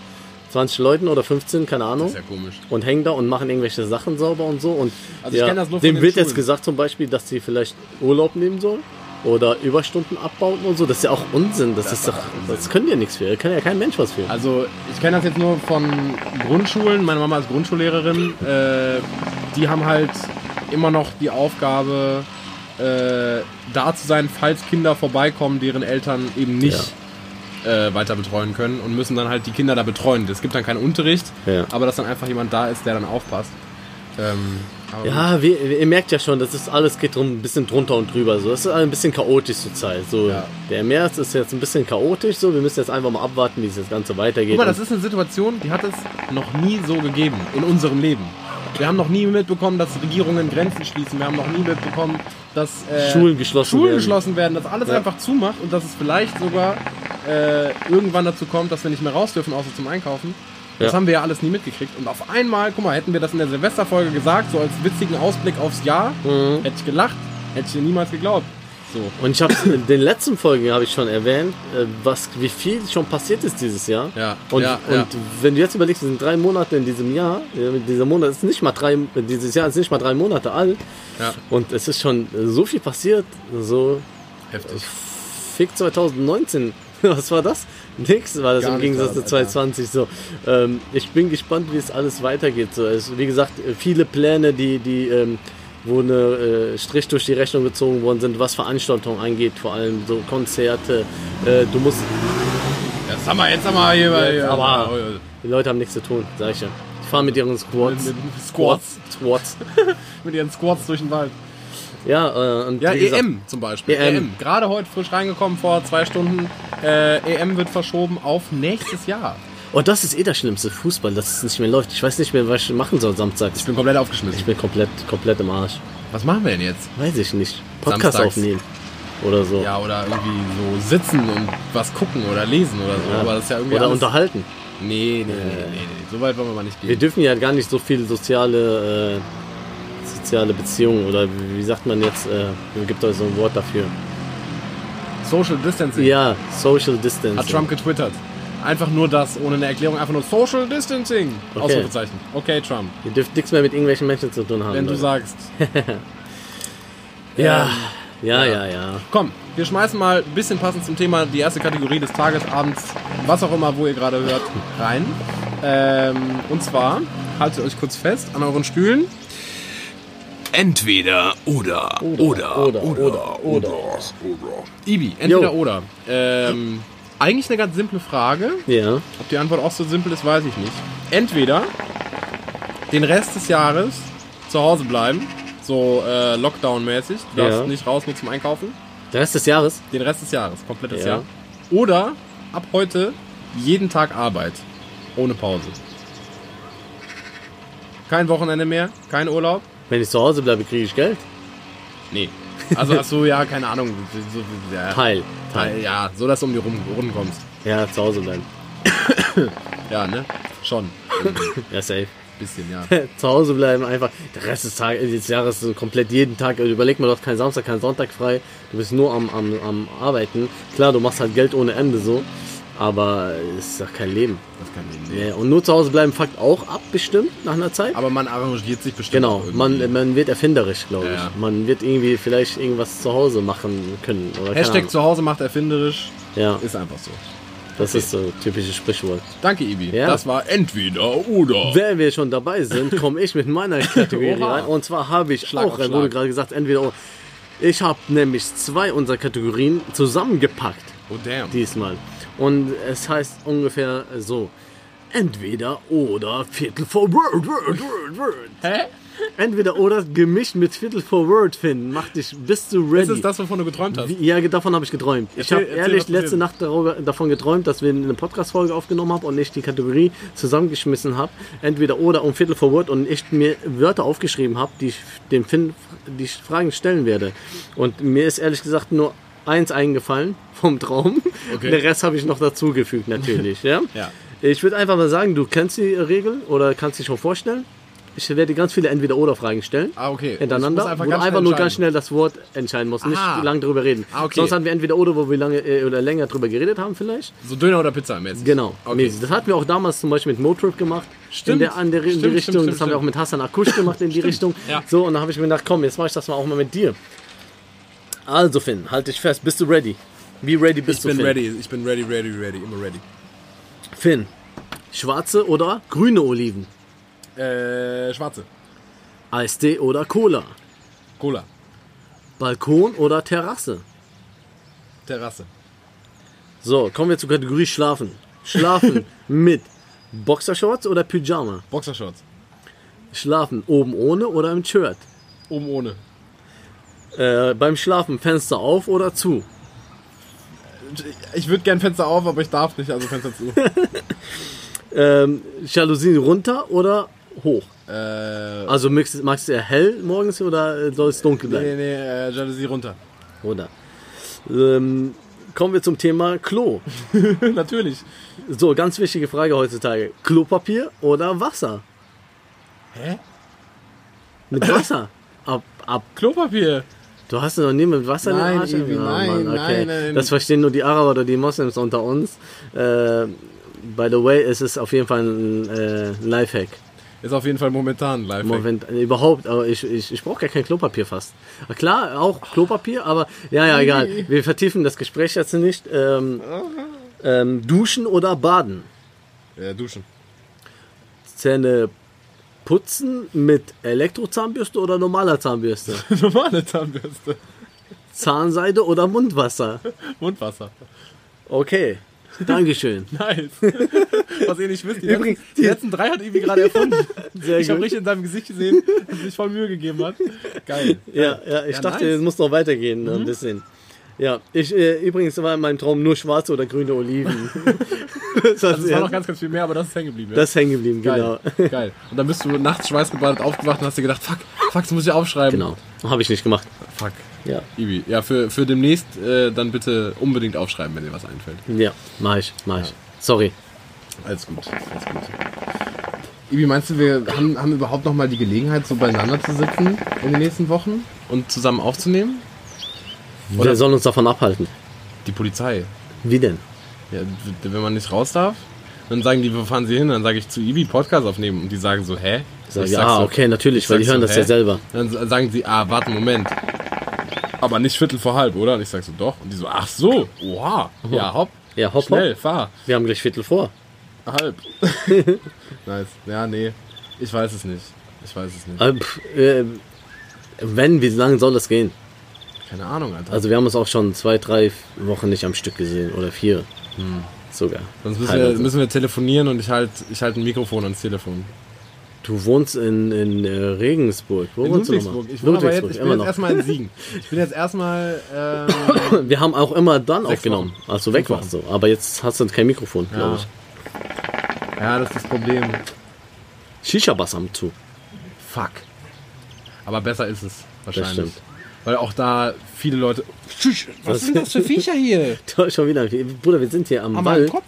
Speaker 1: 20 Leuten oder 15, keine Ahnung.
Speaker 2: Das ist ja komisch.
Speaker 1: und hängen da und machen irgendwelche Sachen sauber und so. Und
Speaker 2: Also ich kenn das nur von
Speaker 1: dem
Speaker 2: den
Speaker 1: wird jetzt
Speaker 2: Schulen.
Speaker 1: gesagt zum Beispiel, dass sie vielleicht Urlaub nehmen sollen oder Überstunden abbauen und so. Das ist ja auch Unsinn. Das, ist doch, das können ja nichts für. Da kann ja kein Mensch was für.
Speaker 2: Also ich kenne das jetzt nur von Grundschulen. Meine Mama ist Grundschullehrerin. Äh, die haben halt immer noch die Aufgabe, äh, da zu sein, falls Kinder vorbeikommen, deren Eltern eben nicht äh, weiter betreuen können und müssen dann halt die Kinder da betreuen. Es gibt dann keinen Unterricht,
Speaker 1: Ja.
Speaker 2: aber dass dann einfach jemand da ist, der dann aufpasst. Ähm, aber
Speaker 1: Ja, wir, ihr merkt ja schon, das ist alles geht drum, ein bisschen drunter und drüber. So, es ist ein bisschen chaotisch zurzeit. So,
Speaker 2: Ja.
Speaker 1: der März ist jetzt ein bisschen chaotisch. So, wir müssen jetzt einfach mal abwarten, wie das Ganze weitergeht.
Speaker 2: Guck mal, das ist eine Situation, die hat es noch nie so gegeben in unserem Leben. Wir haben noch nie mitbekommen, dass Regierungen Grenzen schließen. Wir haben noch nie mitbekommen, dass äh,
Speaker 1: Schulen geschlossen
Speaker 2: Schulen
Speaker 1: werden.
Speaker 2: geschlossen werden, dass alles
Speaker 1: Ja.
Speaker 2: einfach zumacht und dass es vielleicht sogar äh, irgendwann dazu kommt, dass wir nicht mehr raus dürfen, außer zum Einkaufen. Das
Speaker 1: Ja.
Speaker 2: haben wir ja alles nie mitgekriegt. Und auf einmal, guck mal, hätten wir das in der Silvesterfolge gesagt, so als witzigen Ausblick aufs Jahr,
Speaker 1: Mhm.
Speaker 2: hätte ich gelacht, hätte ich dir niemals geglaubt. So.
Speaker 1: und ich habe in den letzten Folgen habe ich schon erwähnt, äh, was, wie viel schon passiert ist dieses Jahr.
Speaker 2: Ja,
Speaker 1: Und,
Speaker 2: ja,
Speaker 1: und
Speaker 2: ja.
Speaker 1: wenn du jetzt überlegst, es sind drei Monate in diesem Jahr, äh, dieser Monat ist nicht mal drei, dieses Jahr ist nicht mal drei Monate alt
Speaker 2: Ja,
Speaker 1: und es ist schon äh, so viel passiert, so
Speaker 2: heftig.
Speaker 1: fick 2019. Was war das? Nix war das
Speaker 2: Gar
Speaker 1: im
Speaker 2: nicht
Speaker 1: Gegensatz
Speaker 2: was,
Speaker 1: zu
Speaker 2: Alter.
Speaker 1: 2020 so. Ähm, ich bin gespannt, wie es alles weitergeht. So, es, wie gesagt, viele Pläne, die, die ähm, wo eine äh, Strich durch die Rechnung gezogen worden sind, was Veranstaltungen angeht, vor allem so Konzerte. Äh, du musst
Speaker 2: Jetzt haben wir, jetzt haben wir hier.
Speaker 1: Jetzt aber.
Speaker 2: Oh, oh, oh.
Speaker 1: Die Leute haben nichts zu tun, sag ich ja. Die fahren mit ihren Squads.
Speaker 2: Mit- mit Squads.
Speaker 1: Squads.
Speaker 2: Mit ihren Squats durch den Wald.
Speaker 1: Ja, äh, und
Speaker 2: Ja,
Speaker 1: wie
Speaker 2: E
Speaker 1: gesagt,
Speaker 2: EM zum Beispiel.
Speaker 1: EM.
Speaker 2: Gerade heute frisch reingekommen, vor zwei Stunden. Äh, EM wird verschoben auf nächstes Jahr.
Speaker 1: Und das ist eh das Schlimmste, Fußball, dass es nicht mehr läuft. Ich weiß nicht mehr, was ich machen soll Samstag.
Speaker 2: Ich bin komplett aufgeschmissen.
Speaker 1: Ich bin komplett, komplett im Arsch.
Speaker 2: Was machen wir denn jetzt?
Speaker 1: Weiß ich nicht. Podcast
Speaker 2: Samstags.
Speaker 1: aufnehmen oder so.
Speaker 2: Ja, oder irgendwie so sitzen und was gucken oder lesen oder so.
Speaker 1: Ja.
Speaker 2: Aber das ist ja irgendwie.
Speaker 1: oder
Speaker 2: alles-
Speaker 1: unterhalten.
Speaker 2: nee, nee, nee, nee, nee, nee. So weit wollen wir mal nicht
Speaker 1: Wir
Speaker 2: gehen.
Speaker 1: dürfen ja gar nicht so viel soziale, äh, soziale Beziehungen oder wie wie sagt man jetzt, äh, gibt euch so ein Wort dafür.
Speaker 2: Social Distancing.
Speaker 1: Ja, Social Distance.
Speaker 2: Hat Trump getwittert. Einfach nur das, ohne eine Erklärung, einfach nur Social Distancing.
Speaker 1: Okay.
Speaker 2: Ausrufezeichen. Okay, Trump.
Speaker 1: Ihr dürft nichts mehr mit irgendwelchen Menschen zu tun haben.
Speaker 2: Wenn du
Speaker 1: Leute.
Speaker 2: sagst.
Speaker 1: ja.
Speaker 2: Ähm,
Speaker 1: ja,
Speaker 2: ja.
Speaker 1: ja, ja.
Speaker 2: Komm, wir schmeißen mal ein bisschen passend zum Thema die erste Kategorie des Tages, Abends, was auch immer, wo ihr gerade hört, rein. Ähm, und zwar, haltet euch kurz fest an euren Stühlen.
Speaker 3: Entweder oder. Oder.
Speaker 1: oder, oder, oder.
Speaker 2: Ibi,
Speaker 1: Jo.
Speaker 2: entweder oder. Ähm, eigentlich eine ganz simple Frage.
Speaker 1: Ja.
Speaker 2: Ob die Antwort auch so simpel ist, weiß ich nicht. Entweder den Rest des Jahres zu Hause bleiben, so äh, Lockdown-mäßig, du darfst
Speaker 1: Ja.
Speaker 2: nicht raus, nur zum Einkaufen.
Speaker 1: Der Rest des Jahres.
Speaker 2: Den Rest des Jahres, komplettes
Speaker 1: Ja.
Speaker 2: Jahr. Oder ab heute jeden Tag Arbeit, ohne Pause. Kein Wochenende mehr, kein Urlaub.
Speaker 1: Wenn ich zu Hause bleibe, kriege ich Geld.
Speaker 2: Nee. Also ach so, ja, keine Ahnung. So, ja,
Speaker 1: Teil. Teil.
Speaker 2: ja, so dass du um die Rum- Runden kommst.
Speaker 1: Ja, zu Hause bleiben.
Speaker 2: Ja, ne? Schon.
Speaker 1: Ja, safe.
Speaker 2: Bisschen, ja.
Speaker 1: zu Hause bleiben einfach. Der Rest des, Tag, des Jahres so komplett jeden Tag. Also Überleg mal, du hast keinen Samstag, keinen Sonntag frei. Du bist nur am, am, am Arbeiten. Klar, du machst halt Geld ohne Ende so. Aber es ist doch kein Leben.
Speaker 2: Das kann ich nicht.
Speaker 1: Ja, und nur zu Hause bleiben fuckt auch ab, bestimmt, nach einer Zeit.
Speaker 2: Aber man arrangiert sich bestimmt.
Speaker 1: Genau,
Speaker 2: irgendwie.
Speaker 1: man, man wird erfinderisch, glaube ich.
Speaker 2: Ja, ja.
Speaker 1: Man wird irgendwie vielleicht irgendwas zu Hause machen können. Oder keine
Speaker 2: Hashtag
Speaker 1: Ahnung.
Speaker 2: zu Hause macht erfinderisch.
Speaker 1: Ja,
Speaker 2: Ist einfach so.
Speaker 1: das ist so typisches Sprichwort.
Speaker 2: Danke, Ibi.
Speaker 1: Ja.
Speaker 2: Das war entweder oder.
Speaker 1: Wenn wir schon dabei sind, komme ich mit meiner Kategorie
Speaker 2: Oha.
Speaker 1: rein. Und zwar habe ich
Speaker 2: Schlag
Speaker 1: auch,
Speaker 2: auf
Speaker 1: rein,
Speaker 2: Schlag.
Speaker 1: wurde gerade gesagt, entweder oder. Ich habe nämlich zwei unserer Kategorien zusammengepackt
Speaker 2: Oh, damn.
Speaker 1: diesmal. Und es heißt ungefähr so. Entweder oder Viertel for Word, Word, Word, Word.
Speaker 2: Hä?
Speaker 1: Entweder oder gemischt mit Viertel for Word finden. Macht dich, bist du ready?
Speaker 2: Das ist das, wovon du geträumt hast.
Speaker 1: Wie- Ja, davon habe ich geträumt. ich
Speaker 2: Erzähl-
Speaker 1: habe
Speaker 2: erzähl,
Speaker 1: ehrlich
Speaker 2: was passiert
Speaker 1: letzte
Speaker 2: ist.
Speaker 1: Nacht darüber, davon geträumt, dass wir eine Podcast-Folge aufgenommen haben und ich die Kategorie zusammengeschmissen habe. Entweder oder um Viertel vor Word und ich mir Wörter aufgeschrieben habe, die ich dem Finn die ich Fragen stellen werde. Und mir ist ehrlich gesagt nur eins eingefallen vom Traum.
Speaker 2: Okay.
Speaker 1: Der Rest habe ich noch dazugefügt, natürlich. ja?
Speaker 2: Ja.
Speaker 1: Ich würde einfach mal sagen, du kennst die Regel oder kannst dich schon vorstellen. Ich werde dir ganz viele Entweder-Oder-Fragen stellen
Speaker 2: Ah, okay.
Speaker 1: hintereinander,
Speaker 2: Ich muss
Speaker 1: wo du
Speaker 2: ganz
Speaker 1: einfach nur
Speaker 2: entscheiden.
Speaker 1: ganz schnell das Wort entscheiden musst, nicht
Speaker 2: Ah.
Speaker 1: lange drüber reden.
Speaker 2: Ah, okay.
Speaker 1: Sonst hatten wir entweder oder, wo wir lange äh, oder länger drüber geredet haben vielleicht.
Speaker 2: So Döner oder Pizza mäßig.
Speaker 1: Genau,
Speaker 2: Okay.
Speaker 1: mäßig. das hatten wir auch damals zum Beispiel mit Motrip gemacht.
Speaker 2: Stimmt.
Speaker 1: In der, an der, in
Speaker 2: Stimmt,
Speaker 1: die Richtung,
Speaker 2: stimmt,
Speaker 1: das haben wir
Speaker 2: stimmt.
Speaker 1: auch mit Hassan Akush gemacht in die Richtung.
Speaker 2: ja.
Speaker 1: So, und dann habe ich mir gedacht, komm, jetzt mache ich das mal auch mal mit dir. Also Finn, halt dich fest, bist du ready? Wie ready bist
Speaker 2: Ich
Speaker 1: du,
Speaker 2: bin
Speaker 1: Finn?
Speaker 2: ready. Ich bin ready, ready, ready. Immer ready.
Speaker 1: Finn, schwarze oder grüne Oliven?
Speaker 2: Äh, schwarze.
Speaker 1: Eistee oder Cola?
Speaker 2: Cola.
Speaker 1: Balkon oder Terrasse?
Speaker 2: Terrasse.
Speaker 1: So, kommen wir zur Kategorie Schlafen. Schlafen mit Boxershorts oder Pyjama?
Speaker 2: Boxershorts.
Speaker 1: Schlafen oben ohne oder im Shirt?
Speaker 2: Oben ohne.
Speaker 1: Äh, beim Schlafen Fenster auf oder zu?
Speaker 2: Ich würde gern Fenster auf, aber ich darf nicht, also Fenster zu.
Speaker 1: Ähm, Jalousien runter oder hoch?
Speaker 2: äh,
Speaker 1: Also magst, magst du eher hell morgens oder äh, soll es dunkel
Speaker 2: nee,
Speaker 1: bleiben?
Speaker 2: nee, äh, Jalousie runter.
Speaker 1: Oder? Ähm, kommen wir zum Thema Klo.
Speaker 2: Natürlich.
Speaker 1: So, ganz wichtige Frage heutzutage. Klopapier oder Wasser?
Speaker 2: Hä?
Speaker 1: Mit Wasser? Ab, ab
Speaker 2: Klopapier.
Speaker 1: Du hast noch nie mit Wasser
Speaker 2: Nein,
Speaker 1: in Arsch?
Speaker 2: Ibi, nein, nein, nein.
Speaker 1: Das verstehen nur die Araber oder die Moslems unter uns. Äh, by the way, es ist auf jeden Fall ein äh, Lifehack.
Speaker 2: Ist auf jeden Fall momentan live.
Speaker 1: Moment, äh, überhaupt, aber ich, ich, ich brauche gar kein Klopapier fast. Äh, Klar, auch Klopapier, aber ja, ja, egal. Wir vertiefen das Gespräch jetzt nicht. Ähm, ähm, duschen oder baden?
Speaker 2: Äh, duschen.
Speaker 1: Zähne putzen mit Elektrozahnbürste oder normaler Zahnbürste?
Speaker 2: Normale Zahnbürste.
Speaker 1: Zahnseide oder Mundwasser?
Speaker 2: Mundwasser.
Speaker 1: Okay, Dankeschön.
Speaker 2: Nice. Was ihr nicht wisst, die,
Speaker 1: Übrigens,
Speaker 2: letzten, die letzten drei hat Ibi gerade erfunden.
Speaker 1: Sehr
Speaker 2: ich habe
Speaker 1: gut.
Speaker 2: richtig in seinem Gesicht gesehen, dass er sich voll Mühe gegeben hat. Geil.
Speaker 1: Ja, ja, ich
Speaker 2: Ja,
Speaker 1: dachte,
Speaker 2: nice. Mhm.
Speaker 1: es muss noch weitergehen, ne, ein bisschen. Ja, ich, äh, übrigens war in meinem Traum nur schwarze oder grüne Oliven. das,
Speaker 2: Also es war noch ganz, ganz viel mehr, aber das ist hängen geblieben. ja.
Speaker 1: das ist hängen geblieben, genau.
Speaker 2: Geil. Geil. Und dann bist du nachts schweißgebadet aufgewacht und hast dir gedacht, fuck, fuck, das muss ich aufschreiben.
Speaker 1: Genau, habe ich nicht gemacht.
Speaker 2: Fuck.
Speaker 1: Ja,
Speaker 2: Ibi. Ja, für, für demnächst äh, dann bitte unbedingt aufschreiben, wenn dir was einfällt.
Speaker 1: ja, mach ich, mach ich. Sorry.
Speaker 2: Alles gut, alles gut. Ibi, meinst du, wir haben, haben überhaupt noch mal die Gelegenheit, so beieinander zu sitzen in den nächsten Wochen und zusammen aufzunehmen? Oder-
Speaker 1: Wer soll uns davon abhalten?
Speaker 2: Die Polizei.
Speaker 1: Wie denn?
Speaker 2: Ja, w- wenn man nicht raus darf, dann sagen die, wo fahren sie hin? Dann sage ich zu Ibi Podcast aufnehmen und die sagen so, hä?
Speaker 1: Sag,
Speaker 2: Ich
Speaker 1: ich,
Speaker 2: sag
Speaker 1: ah,
Speaker 2: so,
Speaker 1: okay, natürlich,
Speaker 2: ich
Speaker 1: weil
Speaker 2: sag
Speaker 1: die hören
Speaker 2: so,
Speaker 1: das
Speaker 2: hä?
Speaker 1: ja selber.
Speaker 2: Dann s- sagen sie, ah, warte, Moment. Aber nicht Viertel vor halb, oder? Und ich sag so, doch. Und die so, ach so, oha. Ja, hopp.
Speaker 1: Ja, hopp,
Speaker 2: Schnell,
Speaker 1: hopp.
Speaker 2: fahr.
Speaker 1: Wir haben gleich Viertel vor.
Speaker 2: Halb. nice. Ja, nee. Ich weiß es nicht. Ich weiß es nicht.
Speaker 1: Äh, pff, äh, Wenn, wie lange soll das gehen?
Speaker 2: Keine Ahnung, Alter.
Speaker 1: Also wir haben uns auch schon zwei, drei Wochen nicht am Stück gesehen oder vier sogar.
Speaker 2: Hm. Sonst müssen wir,
Speaker 1: Teilweise.
Speaker 2: müssen wir telefonieren und ich halt, ich halt ein Mikrofon ans Telefon.
Speaker 1: Du wohnst in, in äh, Regensburg. Wo
Speaker 2: In
Speaker 1: wohnst du
Speaker 2: Ludwigsburg.
Speaker 1: nochmal?
Speaker 2: Ich, wohne aber jetzt,
Speaker 1: Ludwigsburg,
Speaker 2: ich bin
Speaker 1: immer
Speaker 2: jetzt
Speaker 1: noch.
Speaker 2: erstmal in Siegen. Ich bin jetzt erstmal. Ähm,
Speaker 1: Wir haben auch immer dann
Speaker 2: Sechs
Speaker 1: aufgenommen, als du weg
Speaker 2: Wochen.
Speaker 1: warst. So. Aber jetzt hast du kein Mikrofon, glaube
Speaker 2: ja.
Speaker 1: ich.
Speaker 2: ja, das ist das Problem.
Speaker 1: Shisha-Bass am Zug.
Speaker 2: Fuck. Aber besser ist es wahrscheinlich.
Speaker 1: stimmt.
Speaker 2: Weil auch da viele Leute. Tschüss, was sind das für Viecher hier?
Speaker 1: Du hast schon wieder. Bruder, wir sind hier am
Speaker 2: Am
Speaker 1: Wald.
Speaker 2: Kopf?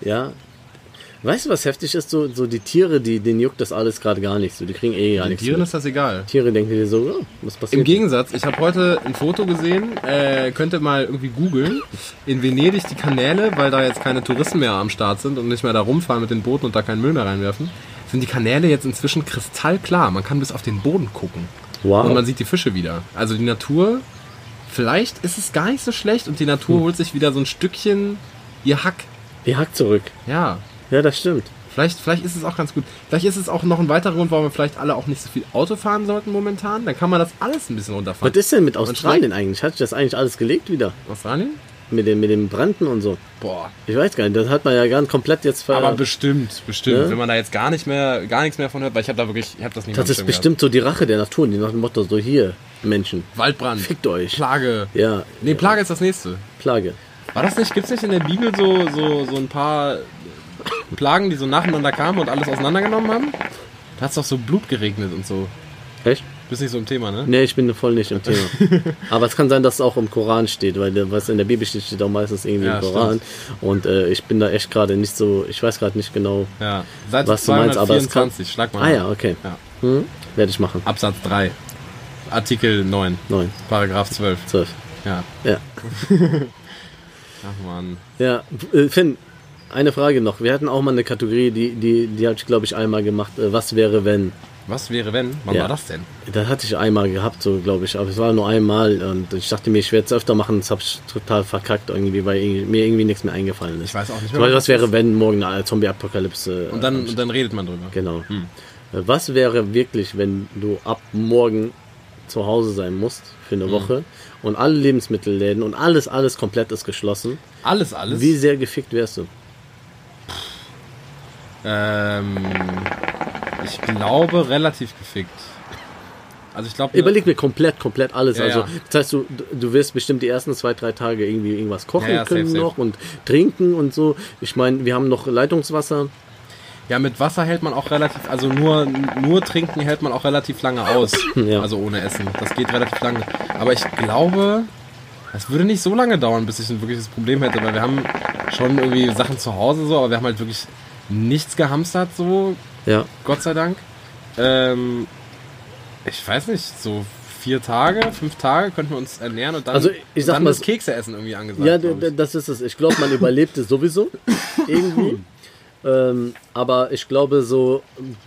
Speaker 1: Ja. Weißt du, was heftig ist? So, so die Tiere, die, denen juckt das alles gerade gar nicht. So, die kriegen eh gar
Speaker 2: Den
Speaker 1: nichts.
Speaker 2: Tieren
Speaker 1: mit.
Speaker 2: ist das egal.
Speaker 1: Tiere denken dir so, oh, was passiert?
Speaker 2: Im Gegensatz, ich habe heute ein Foto gesehen, äh, könnt ihr mal irgendwie googeln, in Venedig die Kanäle, weil da jetzt keine Touristen mehr am Start sind und nicht mehr da rumfahren mit den Booten und da keinen Müll mehr reinwerfen, sind die Kanäle jetzt inzwischen kristallklar. Man kann bis auf den Boden gucken und man
Speaker 1: Wow.
Speaker 2: sieht die Fische wieder. Also die Natur, vielleicht ist es gar nicht so schlecht und die Natur holt sich wieder so ein Stückchen ihr Hack.
Speaker 1: Die hackt zurück.
Speaker 2: Ja,
Speaker 1: Ja, das stimmt.
Speaker 2: Vielleicht, vielleicht ist es auch ganz gut. Vielleicht ist es auch noch ein weiterer Grund, warum wir vielleicht alle auch nicht so viel Auto fahren sollten momentan. Dann kann man das alles ein bisschen runterfahren.
Speaker 1: Was ist denn mit
Speaker 2: schmeckt-
Speaker 1: Australien eigentlich? Hat sich das eigentlich alles gelegt wieder?
Speaker 2: Australien?
Speaker 1: Mit den, mit den Branden und so.
Speaker 2: Boah.
Speaker 1: Ich weiß gar nicht, das hat man ja ganz komplett jetzt ver.
Speaker 2: Aber bestimmt, bestimmt.
Speaker 1: Ja?
Speaker 2: Wenn man da jetzt gar nicht mehr, gar nichts mehr von hört, weil ich habe da wirklich, ich habe das nicht
Speaker 1: das ist bestimmt so die Rache der Natur, die nach dem Motto so hier, Menschen,
Speaker 2: Waldbrand.
Speaker 1: fickt euch.
Speaker 2: Plage.
Speaker 1: Ja,
Speaker 2: Nee, Plage ist das nächste.
Speaker 1: Plage.
Speaker 2: War das nicht, gibt's nicht in der Bibel so, so, so ein paar Plagen, die so nacheinander kamen und alles auseinandergenommen haben? Da hat's doch so Blut geregnet und so.
Speaker 1: Echt?
Speaker 2: Bist nicht so im Thema, ne?
Speaker 1: Nee, ich bin voll nicht im Thema. Aber es kann sein, dass es auch im Koran steht, weil äh, was in der Bibel steht, steht auch meistens irgendwie
Speaker 2: Ja,
Speaker 1: im Koran. Und äh, ich bin da echt gerade nicht so, ich weiß gerade nicht genau.
Speaker 2: Ja. Seit
Speaker 1: Was du meinst, aber es kann-
Speaker 2: 224, schlag mal.
Speaker 1: Ah
Speaker 2: nach.
Speaker 1: ja, okay.
Speaker 2: Ja.
Speaker 1: Hm? Werde ich machen.
Speaker 2: Absatz 3, Artikel 9,
Speaker 1: Neun,
Speaker 2: Paragraph 12.
Speaker 1: zwölf.
Speaker 2: Ja.
Speaker 1: Ja.
Speaker 2: Ach man.
Speaker 1: Ja, äh, Finn, eine Frage noch. Wir hatten auch mal eine Kategorie, die, die, die habe ich, glaube ich, einmal gemacht. Äh, was wäre, wenn?
Speaker 2: Was wäre wenn? Wann
Speaker 1: Ja.
Speaker 2: war das denn?
Speaker 1: Das hatte ich einmal gehabt, so glaube ich, aber es war nur einmal und ich dachte mir, ich werde es öfter machen, das habe ich total verkackt irgendwie, weil irgendwie, mir irgendwie nichts mehr eingefallen ist.
Speaker 2: Ich weiß auch nicht
Speaker 1: Zum
Speaker 2: mehr,
Speaker 1: Beispiel,
Speaker 2: was
Speaker 1: was wäre, wenn morgen eine Zombie-Apokalypse... äh,
Speaker 2: Und dann, Hm. und dann redet man drüber.
Speaker 1: Genau. Äh, Was wäre wirklich, wenn du ab morgen zu Hause sein musst für
Speaker 2: Hm.
Speaker 1: eine Woche und alle Lebensmittelläden und alles, alles komplett ist geschlossen?
Speaker 2: Alles, alles.
Speaker 1: Wie sehr gefickt wärst du?
Speaker 2: Ähm, ich glaube, relativ gefickt. Also ich glaube...
Speaker 1: Überleg mir komplett, komplett alles.
Speaker 2: Ja,
Speaker 1: also,
Speaker 2: ja.
Speaker 1: das heißt, du, du wirst bestimmt die ersten zwei, drei Tage irgendwie irgendwas kochen
Speaker 2: Ja, ja, safe,
Speaker 1: können
Speaker 2: safe.
Speaker 1: noch und trinken und so. Ich meine, wir haben noch Leitungswasser.
Speaker 2: Ja, mit Wasser hält man auch relativ... Also nur, nur trinken hält man auch relativ lange aus.
Speaker 1: Ja.
Speaker 2: Also ohne Essen. Das geht relativ lange. Aber ich glaube... Es würde nicht so lange dauern, bis ich ein wirkliches Problem hätte, weil wir haben schon irgendwie Sachen zu Hause so, aber wir haben halt wirklich nichts gehamstert so,
Speaker 1: Ja.
Speaker 2: Gott sei Dank. Ähm, ich weiß nicht, so vier Tage, fünf Tage könnten wir uns ernähren und dann,
Speaker 1: Also, ich sag
Speaker 2: dann
Speaker 1: mal
Speaker 2: das
Speaker 1: so-
Speaker 2: Kekse essen irgendwie angesagt.
Speaker 1: Ja,
Speaker 2: glaub ich.
Speaker 1: d- d- das ist es. Ich glaube, man überlebt es sowieso. Irgendwie. Ähm, aber ich glaube, so,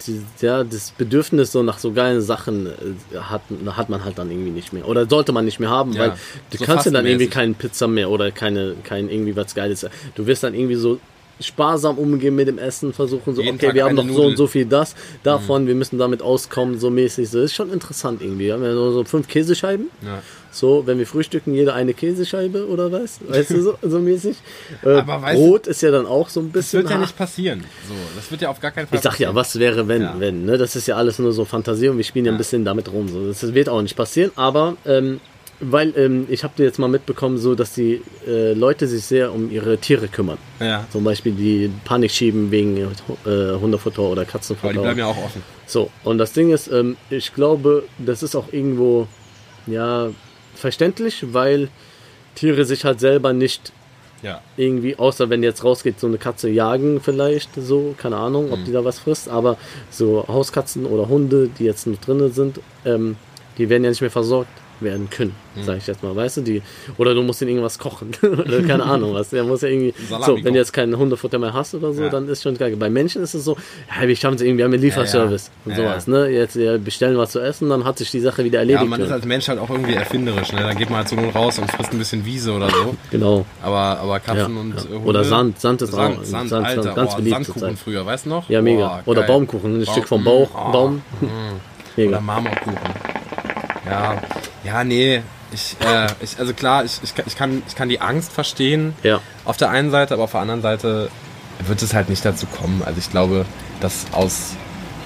Speaker 1: die, ja, das Bedürfnis so nach so geilen Sachen äh, hat, hat man halt dann irgendwie nicht mehr. Oder sollte man nicht mehr haben,
Speaker 2: Ja,
Speaker 1: weil du
Speaker 2: so
Speaker 1: kannst ja dann irgendwie
Speaker 2: fastenmäßig.
Speaker 1: keine Pizza mehr oder keine, kein irgendwie was Geiles. Du wirst dann irgendwie so sparsam umgehen mit dem Essen, versuchen so,
Speaker 2: Jeden
Speaker 1: okay,
Speaker 2: Tag
Speaker 1: wir haben noch
Speaker 2: eine
Speaker 1: so und
Speaker 2: Nudel. Mhm.
Speaker 1: so viel das, davon, wir müssen damit auskommen, so mäßig. So, ist schon interessant irgendwie. Wir haben ja nur so fünf Käsescheiben.
Speaker 2: Ja.
Speaker 1: So, wenn wir frühstücken, jeder eine Käsescheibe oder was? Weißt du, so, so mäßig. Äh,
Speaker 2: Aber weißt
Speaker 1: Brot ist ja dann auch so ein
Speaker 2: Das
Speaker 1: bisschen.
Speaker 2: wird ja
Speaker 1: hart.
Speaker 2: nicht passieren. So, das wird ja auf gar keinen Fall
Speaker 1: ich sag ja,
Speaker 2: passieren.
Speaker 1: was wäre, wenn,
Speaker 2: Ja.
Speaker 1: wenn, ne? Das ist ja alles nur so Fantasie und wir spielen ja ein
Speaker 2: Ja.
Speaker 1: bisschen damit rum. So. Das wird auch nicht passieren, aber ähm, weil ähm, ich habe jetzt mal mitbekommen, so dass die äh, Leute sich sehr um ihre Tiere kümmern.
Speaker 2: Ja.
Speaker 1: Zum Beispiel die Panik schieben wegen äh, Hundefutter oder Katzenfutter.
Speaker 2: Aber die bleiben ja auch offen.
Speaker 1: So, und das Ding ist, ähm, ich glaube, das ist auch irgendwo, ja, verständlich, weil Tiere sich halt selber nicht
Speaker 2: Ja.
Speaker 1: irgendwie, außer wenn jetzt rausgeht, so eine Katze jagen vielleicht, so, keine Ahnung, ob
Speaker 2: Mhm.
Speaker 1: die da was frisst, aber so Hauskatzen oder Hunde, die jetzt noch drinnen sind, ähm, die werden ja nicht mehr versorgt werden können,
Speaker 2: Mhm.
Speaker 1: sage ich jetzt mal, weißt du, die oder du musst ihnen irgendwas kochen oder keine Ahnung was, der muss ja irgendwie
Speaker 2: Salami
Speaker 1: so, wenn
Speaker 2: kochen.
Speaker 1: du jetzt kein Hundefutter mehr hast oder so,
Speaker 2: Ja.
Speaker 1: dann ist schon geil. Bei Menschen ist es so, ja, wir schaffen es irgendwie, wir haben einen Lieferservice
Speaker 2: Ja, ja.
Speaker 1: und sowas, ne? Jetzt ja, bestellen was zu essen, dann hat sich die Sache wieder
Speaker 2: Ja,
Speaker 1: erledigt.
Speaker 2: man ist als Mensch halt auch irgendwie erfinderisch. Ne? Dann geht man halt so nur raus und frisst ein bisschen Wiese oder so.
Speaker 1: genau.
Speaker 2: Aber, aber Katzen
Speaker 1: Ja,
Speaker 2: und
Speaker 1: ja.
Speaker 2: äh, Hunde,
Speaker 1: Oder Sand. Sand ist
Speaker 2: Sand,
Speaker 1: auch-
Speaker 2: Sand,
Speaker 1: Sand,
Speaker 2: Alter,
Speaker 1: Sand, ganz
Speaker 2: oh,
Speaker 1: beliebt
Speaker 2: Sandkuchen
Speaker 1: zurzeit.
Speaker 2: früher, weißt du noch?
Speaker 1: Ja, mega.
Speaker 2: Boah,
Speaker 1: Oder
Speaker 2: geil. mhm.
Speaker 1: Baumkuchen, ein Stück vom Bauch,
Speaker 2: Oh,
Speaker 1: Baum.
Speaker 2: mm.
Speaker 1: Mega.
Speaker 2: Oder Marmorkuchen. Ja, ja, nee. Ich, äh, ich, also klar, ich, ich, kann- ich, kann, ich kann die Angst verstehen.
Speaker 1: Ja.
Speaker 2: Auf der einen Seite, aber auf der anderen Seite wird es halt nicht dazu kommen. Also ich glaube, dass aus,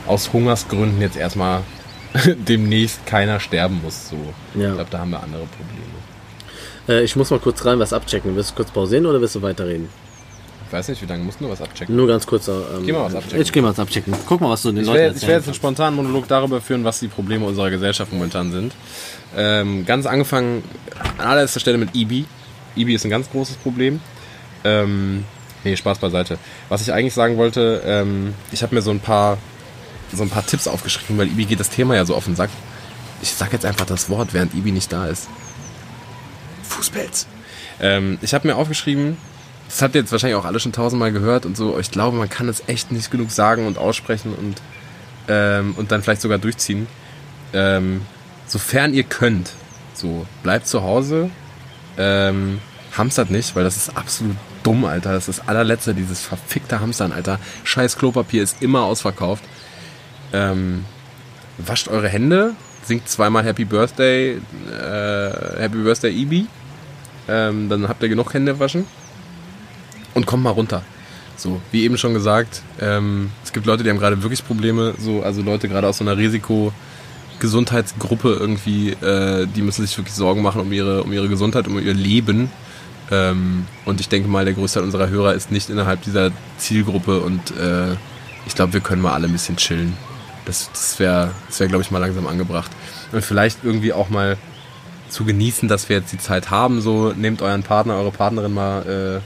Speaker 2: aus Hungersgründen jetzt erstmal demnächst keiner sterben muss. So.
Speaker 1: Ja.
Speaker 2: Ich glaube, da haben wir andere Probleme.
Speaker 1: Äh, ich muss mal kurz rein was abchecken. Willst du kurz pausieren oder willst du weiterreden?
Speaker 2: Ich weiß nicht, wie lange musst du noch was abchecken?
Speaker 1: Nur ganz kurz. Ähm,
Speaker 2: Geh mal was abchecken.
Speaker 1: Ich geh mal was abchecken. Guck mal, was du den
Speaker 2: Ich
Speaker 1: Leuten
Speaker 2: werde, ich werde jetzt einen
Speaker 1: kannst.
Speaker 2: spontanen Monolog darüber führen, was die Probleme unserer Gesellschaft momentan sind. Ähm, ganz angefangen an allererster Stelle mit EB. EB ist ein ganz großes Problem. Ähm, nee, Spaß beiseite. Was ich eigentlich sagen wollte, ähm, ich habe mir so ein paar so ein paar Tipps aufgeschrieben, weil EB geht das Thema ja so auf den Sack. Ich sag jetzt einfach das Wort, während EB nicht da ist. Fußpelz. Ähm, ich habe mir aufgeschrieben, das habt ihr jetzt wahrscheinlich auch alle schon tausendmal gehört und so. Ich glaube, man kann es echt nicht genug sagen und aussprechen und, ähm, und dann vielleicht sogar durchziehen. Ähm, sofern ihr könnt, so bleibt zu Hause. Ähm, hamstert nicht, weil das ist absolut dumm, Alter. Das ist das allerletzte, dieses verfickte Hamstern, Alter. Scheiß Klopapier ist immer ausverkauft. Ähm, wascht eure Hände, singt zweimal Happy Birthday, äh, Happy Birthday Ibi. Ähm, dann habt ihr genug Hände waschen und komm mal runter. So, wie eben schon gesagt, ähm, es gibt Leute, die haben gerade wirklich Probleme, so, also Leute gerade aus so einer Risiko-Gesundheitsgruppe irgendwie, äh, die müssen sich wirklich Sorgen machen um ihre, um ihre Gesundheit, um ihr Leben. Ähm, und ich denke mal, der Großteil unserer Hörer ist nicht innerhalb dieser Zielgruppe und äh, ich glaube, wir können mal alle ein bisschen chillen. Das, das wäre, das wär, glaube ich, mal langsam angebracht. Und vielleicht irgendwie auch mal zu genießen, dass wir jetzt die Zeit haben. So, nehmt euren Partner, eure Partnerin mal. Äh,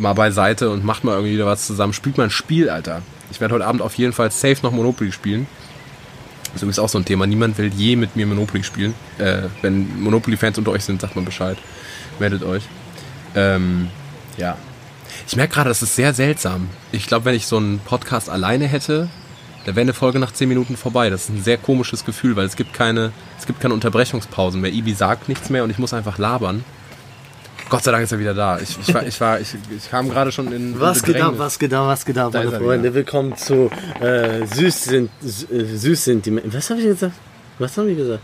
Speaker 2: mal beiseite und macht mal irgendwie wieder was zusammen. Spielt mal ein Spiel, Alter. Ich werde heute Abend auf jeden Fall safe noch Monopoly spielen. Das ist übrigens auch so ein Thema. Niemand will je mit mir Monopoly spielen. Äh, wenn Monopoly-Fans unter euch sind, sagt man Bescheid. Meldet euch. Ähm, ja. Ich merke gerade, das ist sehr seltsam. Ich glaube, wenn ich so einen Podcast alleine hätte, da wäre eine Folge nach 10 Minuten vorbei. Das ist ein sehr komisches Gefühl, weil es gibt keine, es gibt keine Unterbrechungspausen mehr. Ibi sagt nichts mehr und ich muss einfach labern. Gott sei Dank ist er wieder da. Ich, ich, war, ich, war, ich, ich kam gerade schon in.
Speaker 1: Was geht ab,
Speaker 2: Bedrängnis.
Speaker 1: was geht ab, was geht ab,
Speaker 2: Da
Speaker 1: meine
Speaker 2: ist er
Speaker 1: Freunde? Willkommen zu äh, Süß sind sü- äh, süß sind die Menschen. Was habe ich gesagt? Was habe ich gesagt?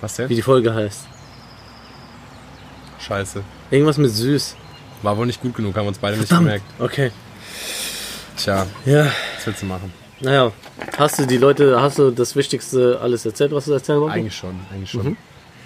Speaker 2: Was
Speaker 1: Wie
Speaker 2: denn?
Speaker 1: die Folge heißt.
Speaker 2: Scheiße.
Speaker 1: Irgendwas mit süß.
Speaker 2: War wohl nicht gut genug, haben uns beide nicht
Speaker 1: Verdammt.
Speaker 2: gemerkt.
Speaker 1: Okay.
Speaker 2: Tja,
Speaker 1: Ja.
Speaker 2: was willst du machen?
Speaker 1: Naja. Hast du die Leute, hast du das Wichtigste alles erzählt, was du erzählen wolltest?
Speaker 2: Eigentlich schon, eigentlich schon. Mhm.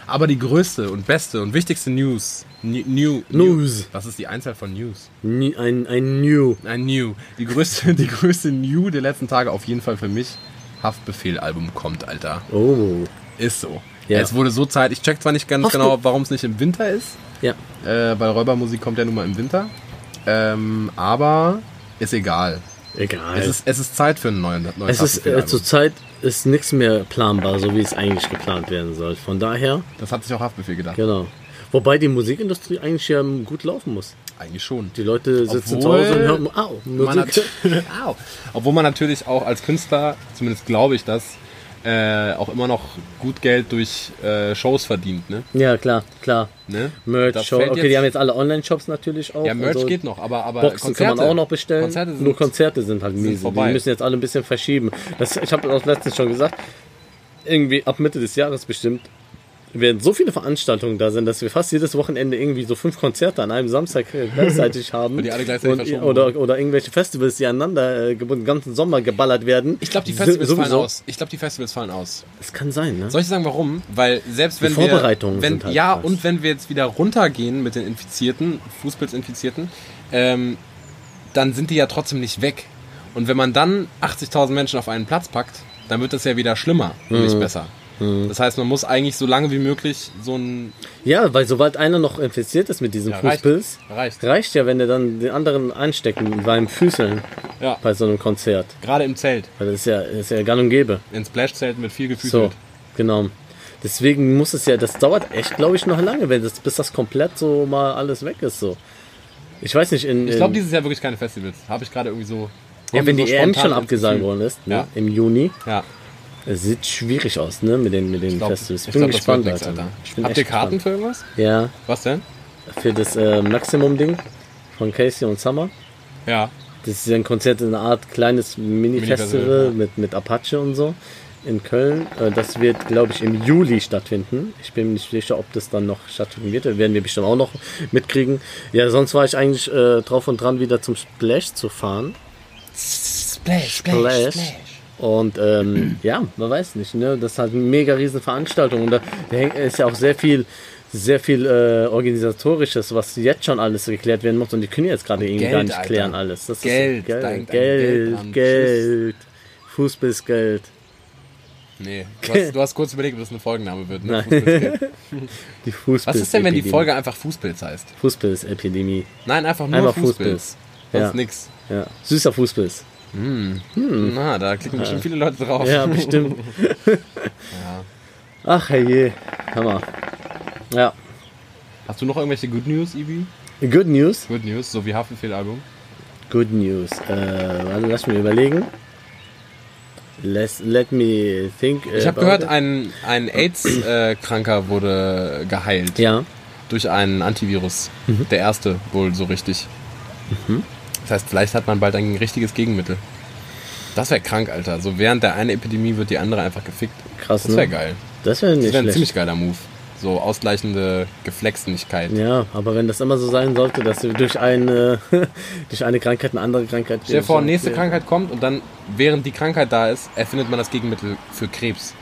Speaker 2: Aber die größte und beste und wichtigste News. New, new,
Speaker 1: News.
Speaker 2: Was ist die Einzahl von News?
Speaker 1: Nie- Ein, ein New.
Speaker 2: Ein New. Die größte, die größte New der letzten Tage auf jeden Fall für mich. Haftbefehl-Album kommt, Alter.
Speaker 1: Oh.
Speaker 2: Ist so.
Speaker 1: Ja.
Speaker 2: Es wurde so Zeit. Ich check zwar nicht ganz
Speaker 1: Hoffnung.
Speaker 2: genau, warum es nicht im Winter ist.
Speaker 1: Ja.
Speaker 2: Äh, weil Räubermusik kommt ja nun mal im Winter. Ähm, aber ist egal.
Speaker 1: Egal.
Speaker 2: Es ist, es ist Zeit für einen neuen, neuen
Speaker 1: Es ist äh,
Speaker 2: Haftbefehl-Album.
Speaker 1: zurzeit ist nichts mehr planbar, so wie es eigentlich geplant werden soll. Von daher,
Speaker 2: Das hat sich auch Haftbefehl gedacht.
Speaker 1: genau. Wobei die Musikindustrie eigentlich ja gut laufen muss.
Speaker 2: Eigentlich schon.
Speaker 1: Die Leute sitzen
Speaker 2: Obwohl-
Speaker 1: zu Hause und hören, au,
Speaker 2: man
Speaker 1: Musik.
Speaker 2: nat- Au. Obwohl man natürlich auch als Künstler, zumindest glaube ich das, äh, auch immer noch gut Geld durch äh, Shows verdient. Ne?
Speaker 1: Ja, klar, klar.
Speaker 2: Ne?
Speaker 1: Merch,
Speaker 2: Das
Speaker 1: Show.
Speaker 2: fällt
Speaker 1: Okay,
Speaker 2: jetzt-
Speaker 1: die haben jetzt alle Online-Shops natürlich auch.
Speaker 2: Ja,
Speaker 1: und
Speaker 2: Merch
Speaker 1: so.
Speaker 2: geht noch, aber, aber
Speaker 1: Boxen kann man auch noch bestellen.
Speaker 2: Konzerte sind
Speaker 1: Nur Konzerte sind halt miese.
Speaker 2: vorbei.
Speaker 1: Die müssen jetzt alle ein bisschen verschieben. Das, ich habe auch letztens schon gesagt, irgendwie ab Mitte des Jahres bestimmt werden so viele Veranstaltungen da sein, dass wir fast jedes Wochenende irgendwie so fünf Konzerte an einem Samstag äh, gleichzeitig haben.
Speaker 2: Und die alle gleichzeitig verschoben
Speaker 1: oder, oder irgendwelche Festivals, die aneinander äh, ge- den ganzen Sommer geballert werden.
Speaker 2: ich glaube, die
Speaker 1: So-
Speaker 2: Festivals fallen
Speaker 1: sowieso.
Speaker 2: aus. Ich glaube, die Festivals fallen aus.
Speaker 1: Es kann sein, ne?
Speaker 2: Soll ich sagen, warum? Weil selbst wenn
Speaker 1: Vorbereitungen
Speaker 2: wir, wenn,
Speaker 1: sind halt
Speaker 2: ja
Speaker 1: krass.
Speaker 2: und wenn wir jetzt wieder runtergehen mit den Infizierten, Fußpilzinfizierten, ähm, dann sind die ja trotzdem nicht weg. Und wenn man dann 80.000 Menschen auf einen Platz packt, dann wird das ja wieder schlimmer und
Speaker 1: Mhm.
Speaker 2: nicht besser. Das heißt, man muss eigentlich so lange wie möglich so ein
Speaker 1: Ja, weil sobald einer noch infiziert ist mit diesem
Speaker 2: Ja, reicht.
Speaker 1: Fußpilz,
Speaker 2: Reicht.
Speaker 1: reicht ja, wenn der dann den anderen anstecken beim Füßeln
Speaker 2: ja
Speaker 1: bei so einem Konzert.
Speaker 2: gerade im Zelt,
Speaker 1: Weil das ist ja, das ist ja gang und gäbe.
Speaker 2: in Splash-Zelten wird viel gefühlt.
Speaker 1: So, genau. Deswegen muss es ja, das dauert echt, glaube ich, noch lange, wenn das, bis das komplett so mal alles weg ist. So. Ich weiß nicht, in,
Speaker 2: Ich glaube,
Speaker 1: in,
Speaker 2: dieses Jahr wirklich keine Festivals. Habe ich gerade irgendwie so.
Speaker 1: Ähm. ja, wenn
Speaker 2: so
Speaker 1: die EM schon
Speaker 2: spontan
Speaker 1: abgesagt
Speaker 2: ins Gefühl.
Speaker 1: worden ist, ne,
Speaker 2: Ja.
Speaker 1: im Juni,
Speaker 2: Ja.
Speaker 1: es sieht schwierig aus, ne, mit den, mit den
Speaker 2: Ich glaube,
Speaker 1: Festivals. Ich bin
Speaker 2: glaub, das wird
Speaker 1: gespannt,
Speaker 2: nichts,
Speaker 1: Alter.
Speaker 2: Alter.
Speaker 1: Ich bin
Speaker 2: Habt ihr
Speaker 1: echt
Speaker 2: Karten
Speaker 1: gespannt.
Speaker 2: für irgendwas?
Speaker 1: Ja,
Speaker 2: Was denn?
Speaker 1: für das äh, Maximum-Ding von Casey und Summer.
Speaker 2: Ja.
Speaker 1: Das ist ja ein Konzert, eine Art kleines Mini-Festival
Speaker 2: Mini-Festival, ja.
Speaker 1: mit, mit Apache und so. in Köln. Äh, Das wird, glaube ich, im Juli stattfinden. Ich bin mir nicht sicher, ob das dann noch stattfinden wird. Das werden wir bestimmt auch noch mitkriegen. Ja, sonst war ich eigentlich äh, drauf und dran, wieder zum Splash zu fahren.
Speaker 2: Splash,
Speaker 1: Splash. Und ähm, ja, man weiß nicht, ne? Das ist halt eine mega riesen Veranstaltung. Und da häng- ist ja auch sehr viel, sehr viel äh, organisatorisches, was jetzt schon alles geklärt werden muss. Und die können jetzt gerade irgendwie
Speaker 2: Geld,
Speaker 1: gar nicht
Speaker 2: Alter.
Speaker 1: klären alles. Das
Speaker 2: Geld,
Speaker 1: ist Geld,
Speaker 2: denkt an
Speaker 1: Geld,
Speaker 2: Geld
Speaker 1: Geld,
Speaker 2: an.
Speaker 1: Fußball ist Geld.
Speaker 2: Nee, du hast, du hast kurz überlegt, ob das ein Folgenname wird. Ne? Fußpilz.
Speaker 1: Nein. die Fußball
Speaker 2: Was ist denn, wenn die Folge einfach Fußpilz heißt?
Speaker 1: Fußball ist Epidemie.
Speaker 2: Nein, einfach nur
Speaker 1: Einfach
Speaker 2: Fußpilz.
Speaker 1: Fußpilz.
Speaker 2: Sonst
Speaker 1: Ja.
Speaker 2: nix.
Speaker 1: Ja. Süßer Fußball. ist.
Speaker 2: Na, da klicken schon viele Leute drauf.
Speaker 1: Ja, bestimmt. Ach, herrje. Hammer. Ja.
Speaker 2: Hast du noch irgendwelche Good News, Ibi?
Speaker 1: Good News.
Speaker 2: Good News, so wie Hafenfehl-Album.
Speaker 1: Good News. Äh, warte, lass mich überlegen. Let's, let me think.
Speaker 2: Ich
Speaker 1: about
Speaker 2: habe gehört,
Speaker 1: it.
Speaker 2: ein, ein AIDS-Kranker wurde geheilt
Speaker 1: Ja.
Speaker 2: durch einen Antivirus.
Speaker 1: Mhm.
Speaker 2: Der erste wohl so richtig. Das heißt, vielleicht hat man bald ein richtiges Gegenmittel. Das wäre krank, Alter. So während der eine Epidemie wird die andere einfach gefickt.
Speaker 1: Krass,
Speaker 2: Das wäre
Speaker 1: ne?
Speaker 2: geil.
Speaker 1: Das wäre
Speaker 2: Das
Speaker 1: nicht
Speaker 2: wäre ein
Speaker 1: schlecht.
Speaker 2: ziemlich geiler Move. So ausgleichende Geflexenigkeit.
Speaker 1: ja, aber wenn das immer so sein sollte, dass wir durch eine, durch eine Krankheit eine andere Krankheit.
Speaker 2: Stell dir vor, nächste Krankheit kommt und dann, während die Krankheit da ist, erfindet man das Gegenmittel für Krebs.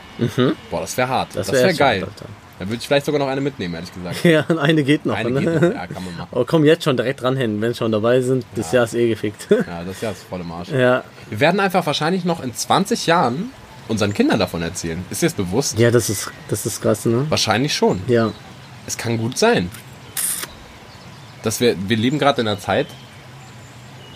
Speaker 2: Boah, das wäre hart. Das,
Speaker 1: Mhm. Das
Speaker 2: wäre
Speaker 1: wär
Speaker 2: wär geil.
Speaker 1: hart, Alter.
Speaker 2: Dann würde ich vielleicht sogar noch eine mitnehmen, ehrlich gesagt.
Speaker 1: Ja, und eine geht noch.
Speaker 2: Eine
Speaker 1: ne?
Speaker 2: geht noch. Ja, kann man machen.
Speaker 1: Oh, komm jetzt schon direkt dran hin, wenn schon dabei sind. Das Jahr ist eh gefickt.
Speaker 2: Ja, das Jahr ist voll im Arsch.
Speaker 1: ja.
Speaker 2: Wir werden einfach wahrscheinlich noch in 20 Jahren unseren Kindern davon erzählen. Ist dir das bewusst?
Speaker 1: Ja, das ist, das ist krass, ne?
Speaker 2: Wahrscheinlich schon.
Speaker 1: Ja.
Speaker 2: Es kann gut sein. Dass wir, wir leben gerade in einer Zeit,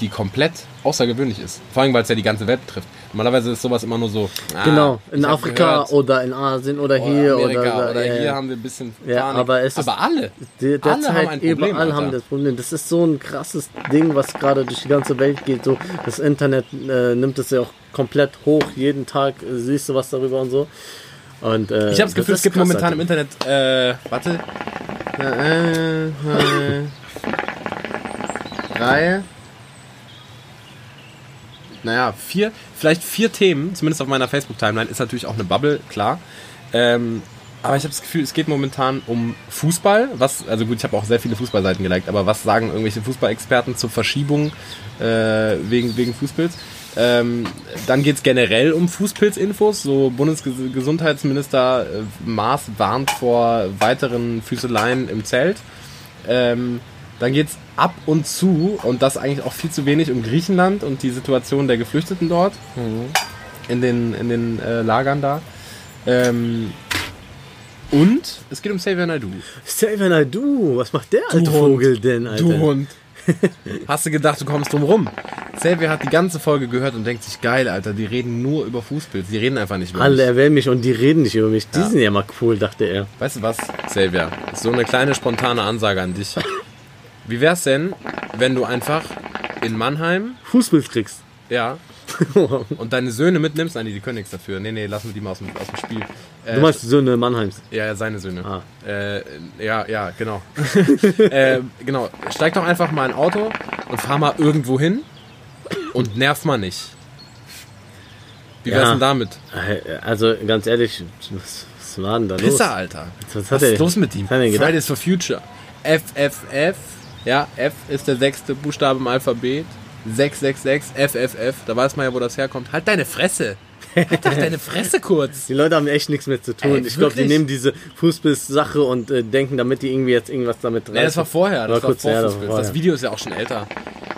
Speaker 2: die komplett außergewöhnlich ist. Vor allem, weil es ja die ganze Welt betrifft. Normalerweise ist sowas immer nur so. ah,
Speaker 1: genau. In
Speaker 2: ich hab
Speaker 1: Afrika
Speaker 2: gehört,
Speaker 1: oder in Asien oder hier
Speaker 2: Amerika
Speaker 1: oder,
Speaker 2: oder,
Speaker 1: ja,
Speaker 2: hier
Speaker 1: ja.
Speaker 2: haben wir ein bisschen
Speaker 1: Ja,
Speaker 2: Panik.
Speaker 1: aber es ist-
Speaker 2: aber alle.
Speaker 1: Der,
Speaker 2: alle haben
Speaker 1: derzeit
Speaker 2: ein Problem,
Speaker 1: überall
Speaker 2: Alter.
Speaker 1: haben das Problem. Das ist so ein krasses Ding, was gerade durch die ganze Welt geht. So das Internet äh, nimmt es ja auch komplett hoch. Jeden Tag äh, siehst du was darüber und so. Und äh,
Speaker 2: Ich habe das Gefühl, es
Speaker 1: ist
Speaker 2: gibt
Speaker 1: krass,
Speaker 2: momentan im
Speaker 1: Alter.
Speaker 2: Internet. Äh, warte. Äh, äh, drei. Naja, vier, vielleicht vier Themen, zumindest auf meiner Facebook-Timeline, ist natürlich auch eine Bubble, klar. Ähm, aber ich habe das Gefühl, es geht momentan um Fußball. Was, also gut, ich habe auch sehr viele Fußballseiten geliked, aber was sagen irgendwelche Fußballexperten zur Verschiebung äh, wegen, wegen Fußpilz? Ähm, dann geht es generell um Fußpilz-Infos. So Bundesgesundheitsminister äh, Maas warnt vor weiteren Füßeleien im Zelt. Ähm, dann geht's ab und zu, und das eigentlich auch viel zu wenig, um Griechenland und die Situation der Geflüchteten dort. In den, in den äh, Lagern da. Ähm, und es geht um Xavier Naidoo.
Speaker 1: Xavier Naidoo, was macht der alte
Speaker 2: Du Hund.
Speaker 1: Vogel denn, Alter?
Speaker 2: Du Hund. Hast du gedacht, du kommst drum rum? Xavier hat die ganze Folge gehört und denkt sich, geil, Alter, die reden nur über Fußpilz. Die reden einfach nicht über
Speaker 1: Alle
Speaker 2: mich.
Speaker 1: erwähnen mich und die reden nicht über mich. Die sind ja mal cool, dachte er.
Speaker 2: Weißt du was, Xavier? So eine kleine spontane Ansage an dich. Wie wär's denn, wenn du einfach in Mannheim,
Speaker 1: Fußball kriegst.
Speaker 2: ja, und deine Söhne mitnimmst? Nein, die, die können nichts dafür. Nee, nee, lassen wir die mal aus dem, aus dem Spiel. Äh,
Speaker 1: Du meinst Söhne Mannheims.
Speaker 2: Ja, ja, seine Söhne.
Speaker 1: Ah.
Speaker 2: Äh, ja, ja, genau. äh, genau, steig doch einfach mal in ein Auto und fahr mal irgendwo hin und nerv mal nicht. Wie wär's
Speaker 1: Ja.
Speaker 2: denn damit?
Speaker 1: Äh, Also ganz ehrlich, was, was war denn da los?
Speaker 2: Pisser, Alter.
Speaker 1: Was hat
Speaker 2: Was
Speaker 1: er-
Speaker 2: ist los mit ihm?
Speaker 1: was hat er gedacht?
Speaker 2: Fridays for Future. FFF. Ja, F ist der sechste Buchstabe im Alphabet. 666 FFF. Da weiß man ja, wo das herkommt. Halt deine Fresse. Halt doch deine Fresse kurz.
Speaker 1: Die Leute haben echt nichts mehr zu tun.
Speaker 2: Ey,
Speaker 1: ich glaube, die
Speaker 2: wirklich?
Speaker 1: nehmen diese Fußbiss-Sache und äh, denken, damit die irgendwie jetzt irgendwas damit
Speaker 2: Nee, das war vorher.
Speaker 1: War
Speaker 2: Das war,
Speaker 1: kurz,
Speaker 2: vor
Speaker 1: ja, das
Speaker 2: Fußpilz.
Speaker 1: war
Speaker 2: Das
Speaker 1: vorher.
Speaker 2: Video ist ja auch schon älter.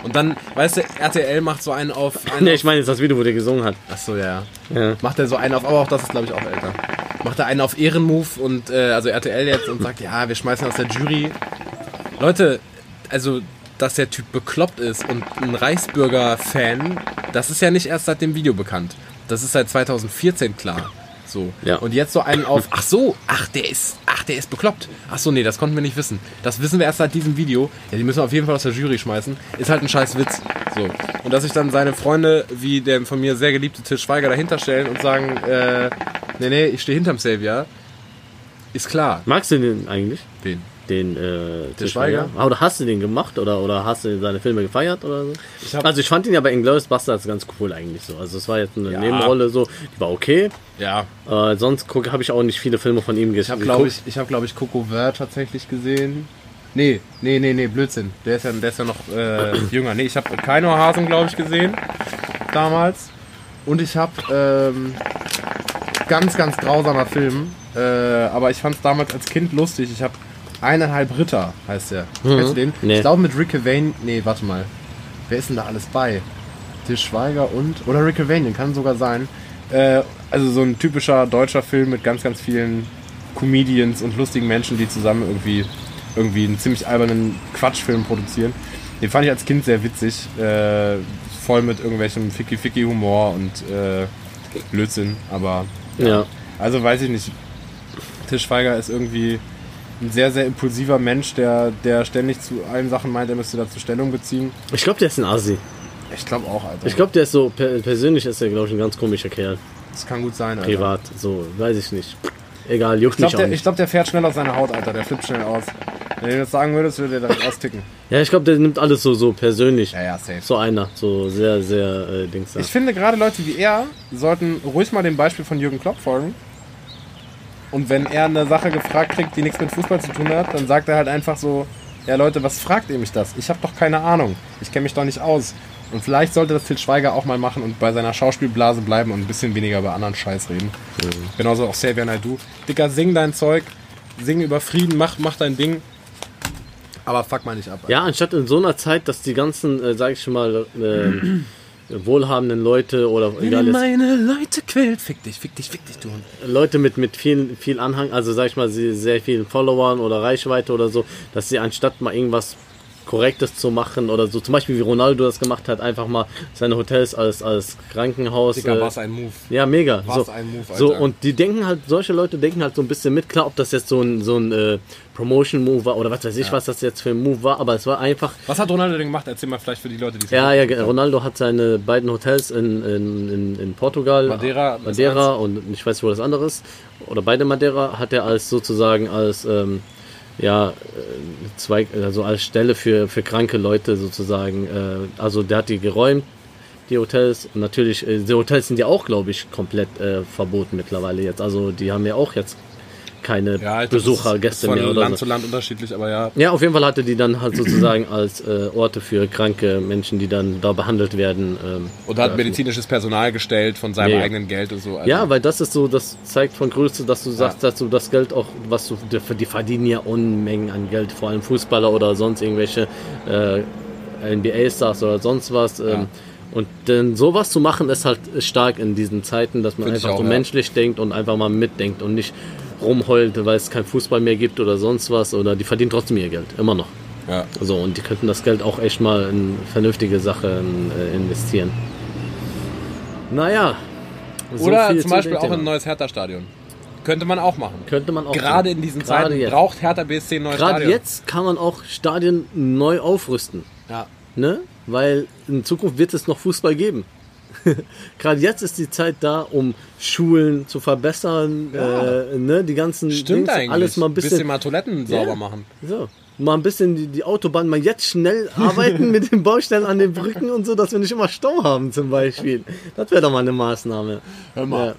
Speaker 2: Und dann, weißt du, RTL macht so einen auf. Einen
Speaker 1: Nee,
Speaker 2: auf
Speaker 1: ich meine jetzt das Video, wo der gesungen hat.
Speaker 2: Achso, ja. ja.
Speaker 1: Ja.
Speaker 2: Macht er so einen auf, aber auch das ist, glaube ich, auch älter. Macht er einen auf Ehrenmove und, äh, also RTL jetzt und sagt, ja, wir schmeißen aus der Jury. Leute, also, dass der Typ bekloppt ist und ein Reichsbürger-Fan, das ist ja nicht erst seit dem Video bekannt. Das ist seit 2014 klar. So.
Speaker 1: Ja.
Speaker 2: Und jetzt so einen auf, ach so, ach, der ist, ach, der ist bekloppt. Ach so, nee, das konnten wir nicht wissen. Das wissen wir erst seit diesem Video. Ja, die müssen wir auf jeden Fall aus der Jury schmeißen. Ist halt ein scheiß Witz. So. Und dass sich dann seine Freunde, wie der von mir sehr geliebte Til Schweiger, dahinter stellen und sagen, äh, nee, nee, ich stehe hinterm Savior. Ist klar.
Speaker 1: Magst du den eigentlich?
Speaker 2: Wen?
Speaker 1: den äh, Til
Speaker 4: Schweiger?
Speaker 1: Ah, Oder hast du den gemacht oder, oder hast du seine Filme gefeiert oder so?
Speaker 2: Ich hab-
Speaker 1: also ich fand ihn ja bei Inglourious Bastards ganz cool eigentlich so. Also es war jetzt eine Nebenrolle so, die war okay.
Speaker 2: Ja,
Speaker 1: Äh, sonst habe ich auch nicht viele Filme von ihm ges
Speaker 2: ich habe,
Speaker 1: geguckt.
Speaker 2: glaube ich, ich, hab, glaub ich, Coco Ver tatsächlich gesehen. Nee, nee, nee, nee, Blödsinn. Der ist ja, der ist ja noch äh, jünger. Nee, ich habe Keino Hasen, glaube ich, gesehen. Damals. Und ich habe ähm, ganz, ganz grausamer Film. Äh, aber ich fand es damals als Kind lustig. Ich habe eineinhalb Ritter, heißt der. Kennst du den?
Speaker 1: Nee.
Speaker 2: Ich glaube mit Rick Vane. Nee, warte mal. Wer ist denn da alles bei? Til Schweiger und. Oder Rick Vane, kann sogar sein. Äh, also so ein typischer deutscher Film mit ganz, ganz vielen Comedians und lustigen Menschen, die zusammen irgendwie, irgendwie einen ziemlich albernen Quatschfilm produzieren. Den fand ich als Kind sehr witzig. Äh, voll mit irgendwelchem Ficky-Ficky-Humor und äh, Blödsinn. Aber
Speaker 1: ja.
Speaker 2: also weiß ich nicht. Til Schweiger ist irgendwie ein sehr, sehr impulsiver Mensch, der, der ständig zu allen Sachen meint, er müsste dazu Stellung beziehen.
Speaker 1: Ich glaube, der ist ein Asi.
Speaker 2: Ich glaube auch, Alter.
Speaker 1: Ich glaube, der ist so, per persönlich ist er, glaube ich, ein ganz komischer
Speaker 2: Also.
Speaker 1: Kerl.
Speaker 2: das kann gut sein, Alter.
Speaker 1: Privat, so, weiß ich nicht. Egal, juckt
Speaker 2: Ich
Speaker 1: mich
Speaker 2: glaube,
Speaker 1: auch
Speaker 2: der,
Speaker 1: nicht.
Speaker 2: ich glaub, der fährt schnell auf seine Haut, Alter. Der flippt schnell aus. Wenn du das sagen würdest, würde der direkt austicken.
Speaker 1: ja, ich glaube, der nimmt alles so, so persönlich.
Speaker 2: ja, safe.
Speaker 1: So einer, so sehr, sehr äh, Dings da.
Speaker 2: Ich finde gerade Leute wie er sollten ruhig mal dem Beispiel von Jürgen Klopp folgen. Und wenn er eine Sache gefragt kriegt, die nichts mit Fußball zu tun hat, dann sagt er halt einfach so, ja Leute, was fragt ihr mich das? Ich habe doch keine Ahnung. Ich kenne mich doch nicht aus. Und vielleicht sollte das Til Schweiger auch mal machen und bei seiner Schauspielblase bleiben und ein bisschen weniger über anderen Scheiß reden. Genauso auch Xavier Naidu. Dicker, sing dein Zeug, sing über Frieden, mach, mach dein Ding. Aber fuck mal nicht ab.
Speaker 1: Ja, anstatt in so einer Zeit, dass die ganzen, äh, sag ich mal, äh, wohlhabenden Leute oder egal, jetzt,
Speaker 2: Meine Leute quält. Fick dich, fick dich, fick dich, du Hund.
Speaker 1: Leute mit, mit viel, viel Anhang, also sag ich mal, sie- sehr vielen Followern oder Reichweite oder so, dass sie anstatt mal irgendwas Korrektes zu machen oder so, zum Beispiel wie Ronaldo das gemacht hat, einfach mal seine Hotels als, als Krankenhaus.
Speaker 2: Dicker,
Speaker 1: äh,
Speaker 2: was ein Move.
Speaker 1: Ja, mega.
Speaker 2: Was
Speaker 1: so,
Speaker 2: ein Move, Alter.
Speaker 1: so und die denken halt, solche Leute denken halt so ein bisschen mit. Klar, ob das jetzt so ein, so ein äh, Promotion-Move war oder was weiß ich, was das jetzt für ein Move war, aber es war einfach.
Speaker 2: Was hat Ronaldo denn gemacht? Erzähl mal vielleicht für die Leute, die es
Speaker 1: Ja, ja, ge- Ronaldo hat seine beiden Hotels in, in, in, in Portugal,
Speaker 2: Madeira, das
Speaker 1: Madeira und ich weiß nicht, wo das andere ist, oder beide Madeira, hat er als sozusagen als ähm, ja, äh, Zweig, also als Stelle für, für kranke Leute sozusagen. Äh, also der hat die geräumt, die Hotels. Und natürlich, äh, die Hotels sind ja auch, glaube ich, komplett äh, verboten mittlerweile jetzt. Also die haben ja auch jetzt keine
Speaker 2: Ja, ich glaub, das
Speaker 1: Besucher,
Speaker 2: ist-
Speaker 1: Gäste
Speaker 2: ist
Speaker 1: mehr
Speaker 2: Von
Speaker 1: oder
Speaker 2: Land
Speaker 1: so.
Speaker 2: zu Land unterschiedlich, aber ja.
Speaker 1: Ja, auf jeden Fall hatte die dann halt sozusagen als äh, Orte für kranke Menschen, die dann da behandelt werden. Ähm,
Speaker 2: Und hat
Speaker 1: ja,
Speaker 2: medizinisches Personal gestellt von seinem
Speaker 1: Mega.
Speaker 2: eigenen Geld und so. Also,
Speaker 1: Ja, weil das ist so, das zeigt von Größe, dass du sagst, dass du das Geld auch, was du, die die verdienen ja Unmengen an Geld, vor allem Fußballer oder sonst irgendwelche äh, NBA-Stars oder sonst was. Ähm, Und denn sowas zu machen, ist halt stark in diesen Zeiten, dass man
Speaker 2: Find ich
Speaker 1: einfach
Speaker 2: auch,
Speaker 1: so
Speaker 2: ja.
Speaker 1: menschlich denkt und einfach mal mitdenkt und nicht rumheult, weil es kein Fußball mehr gibt oder sonst was. Oder die verdienen trotzdem ihr Geld, immer noch.
Speaker 2: ja.
Speaker 1: So, und die könnten das Geld auch echt mal in vernünftige Sachen äh, investieren. Naja. so
Speaker 2: Oder
Speaker 1: viel
Speaker 2: zum
Speaker 1: zu
Speaker 2: Beispiel
Speaker 1: dem
Speaker 2: auch
Speaker 1: Thema.
Speaker 2: ein neues Hertha-Stadion. Könnte man auch machen.
Speaker 1: Könnte man auch.
Speaker 2: Gerade
Speaker 1: tun.
Speaker 2: in diesen
Speaker 1: Gerade
Speaker 2: Zeiten
Speaker 1: jetzt.
Speaker 2: braucht Hertha BSC ein neues
Speaker 1: Gerade
Speaker 2: Stadion.
Speaker 1: jetzt kann man auch Stadien neu aufrüsten.
Speaker 2: Ja.
Speaker 1: Ne? Weil in Zukunft wird es noch Fußball geben. Gerade jetzt ist die Zeit da, um Schulen zu verbessern, äh, ne? die ganzen Dings,
Speaker 2: Stimmt eigentlich.
Speaker 1: alles mal ein bisschen
Speaker 2: mal Toiletten sauber machen.
Speaker 1: so, mal ein bisschen die, die Autobahn mal jetzt schnell arbeiten mit den Baustellen an den Brücken und so, dass wir nicht immer Stau haben zum Beispiel. Das wäre doch mal eine Maßnahme.
Speaker 2: Hör mal.
Speaker 1: Ja.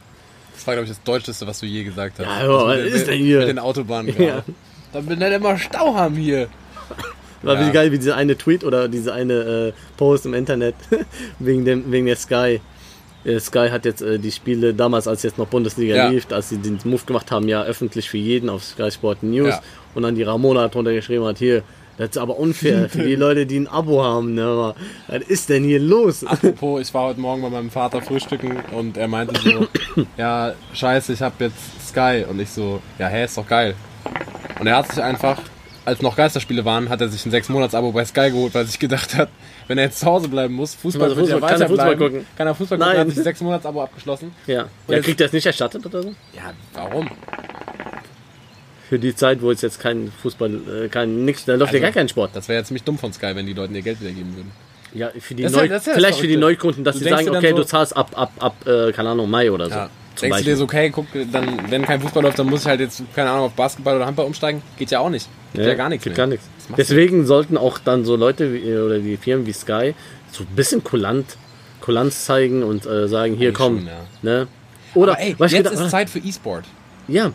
Speaker 2: Das war, glaube ich, das Deutscheste, was du je gesagt hast.
Speaker 1: Ja, hör mal, was
Speaker 2: Das mit-
Speaker 1: ist denn hier?
Speaker 2: Mit den Autobahnen
Speaker 1: Ja.
Speaker 2: gerade. Dann will er immer Stau haben hier.
Speaker 1: War
Speaker 2: Ja.
Speaker 1: wie geil, wie diese eine Tweet oder diese eine äh, Post im Internet wegen, dem, wegen der Sky. Äh, Sky hat jetzt äh, die Spiele damals, als jetzt noch Bundesliga
Speaker 2: Ja.
Speaker 1: lief, als sie den Move gemacht haben, ja öffentlich für jeden auf Sky Sport News.
Speaker 2: Ja.
Speaker 1: Und dann die Ramona hat runtergeschrieben hat, hier, das ist aber unfair für die Leute, die ein Abo haben. Ne? aber Was ist denn hier
Speaker 2: Ah.
Speaker 1: los?
Speaker 2: Apropos, ich war heute Morgen bei meinem Vater frühstücken und er meinte so, ja, scheiße, ich habe jetzt Sky. Und ich so, ja, hä, ist doch geil. Und er hat sich einfach, als noch Geisterspiele waren, hat er sich ein sechs monats abo bei Sky geholt, weil er sich gedacht hat, wenn er jetzt zu Hause bleiben muss, Fußball,
Speaker 1: Also
Speaker 2: wird ja
Speaker 1: Fußball- kann
Speaker 2: weiter
Speaker 1: er Fußball
Speaker 2: bleiben.
Speaker 1: gucken?
Speaker 2: Kann er Fußball gucken, er hat
Speaker 1: Nein.
Speaker 2: sich ein sechs monats abo abgeschlossen.
Speaker 1: Ja.
Speaker 2: Ja,
Speaker 1: ja
Speaker 2: kriegt
Speaker 1: kriegt er es nicht erstattet oder so?
Speaker 2: Ja, warum?
Speaker 1: Für die Zeit, wo es jetzt kein Fußball, äh, kein nix, da läuft ja
Speaker 2: Also-
Speaker 1: gar kein Sport.
Speaker 2: Das wäre jetzt ziemlich dumm von Sky, wenn die Leuten ihr Geld wiedergeben würden.
Speaker 1: Ja, für die
Speaker 2: Das ist ja-
Speaker 1: Neu
Speaker 2: das ist ja das
Speaker 1: vielleicht für die
Speaker 2: Verrückte.
Speaker 1: Neukunden, dass
Speaker 2: Du
Speaker 1: sie
Speaker 2: denkst
Speaker 1: sagen,
Speaker 2: dir dann
Speaker 1: okay,
Speaker 2: so-
Speaker 1: du zahlst ab, ab, ab, äh, keine Ahnung, Mai oder so.
Speaker 2: Ja.
Speaker 1: Zum
Speaker 2: Denkst du dir
Speaker 1: Beispiel.
Speaker 2: so, okay, guck, dann, wenn kein Fußball läuft, dann muss ich halt jetzt, keine Ahnung, auf Basketball oder Handball umsteigen? Geht ja auch nicht. Gibt ja, gar nichts
Speaker 1: gibt
Speaker 2: mehr.
Speaker 1: gar nichts.
Speaker 2: Was machst
Speaker 1: Deswegen sollten auch dann so Leute wie, oder die Firmen wie Sky so ein bisschen kulant, Kulanz zeigen und äh, sagen, hier
Speaker 2: Eigentlich
Speaker 1: komm.
Speaker 2: schon, ja.
Speaker 1: ne? Oder
Speaker 2: Aber ey,
Speaker 1: was ich
Speaker 2: jetzt
Speaker 1: gedacht-
Speaker 2: ist Zeit für E-Sport.
Speaker 1: Ja.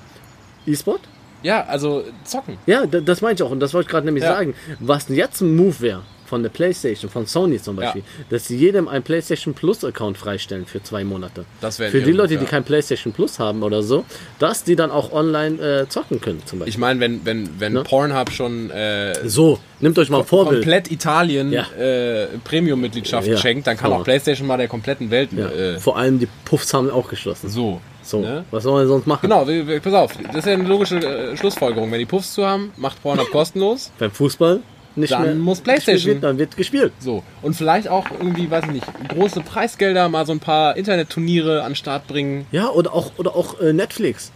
Speaker 1: E-Sport?
Speaker 2: Ja, also zocken.
Speaker 1: Ja, da- das meine ich auch. Und das wollte ich gerade nämlich
Speaker 2: Ja.
Speaker 1: sagen. Was jetzt ein Move wäre von der Playstation, von Sony zum Beispiel, dass sie jedem einen Playstation Plus-Account freistellen für zwei Monate.
Speaker 2: Das wäre ein
Speaker 1: Für die
Speaker 2: Irrwitz,
Speaker 1: Leute, die
Speaker 2: ja.
Speaker 1: kein Playstation Plus haben oder so, dass die dann auch online äh, zocken können zum Beispiel.
Speaker 2: Ich meine, wenn, wenn, wenn Pornhub schon äh,
Speaker 1: so, nehmt euch mal ein Ne? Vorbild.
Speaker 2: komplett Italien
Speaker 1: Ja.
Speaker 2: äh, Premium-Mitgliedschaft
Speaker 1: Ja.
Speaker 2: schenkt, dann kann
Speaker 1: Hammer.
Speaker 2: auch PlayStation mal der kompletten Welt
Speaker 1: Ja.
Speaker 2: äh,
Speaker 1: Vor allem die Puffs haben auch geschlossen.
Speaker 2: so.
Speaker 1: So,
Speaker 2: Ne?
Speaker 1: was soll man sonst machen?
Speaker 2: Genau, wir, wir, pass auf, das ist ja eine logische äh, Schlussfolgerung. Wenn die Puffs zu haben, macht Pornhub kostenlos.
Speaker 1: Beim Fußball nicht
Speaker 2: Dann
Speaker 1: mehr.
Speaker 2: muss
Speaker 1: gespielt
Speaker 2: Playstation.
Speaker 1: Wird, dann wird gespielt.
Speaker 2: So. Und vielleicht auch irgendwie, weiß ich nicht, große Preisgelder, mal so ein paar Internetturniere an den Start bringen.
Speaker 1: Ja, oder auch, oder auch äh, Netflix.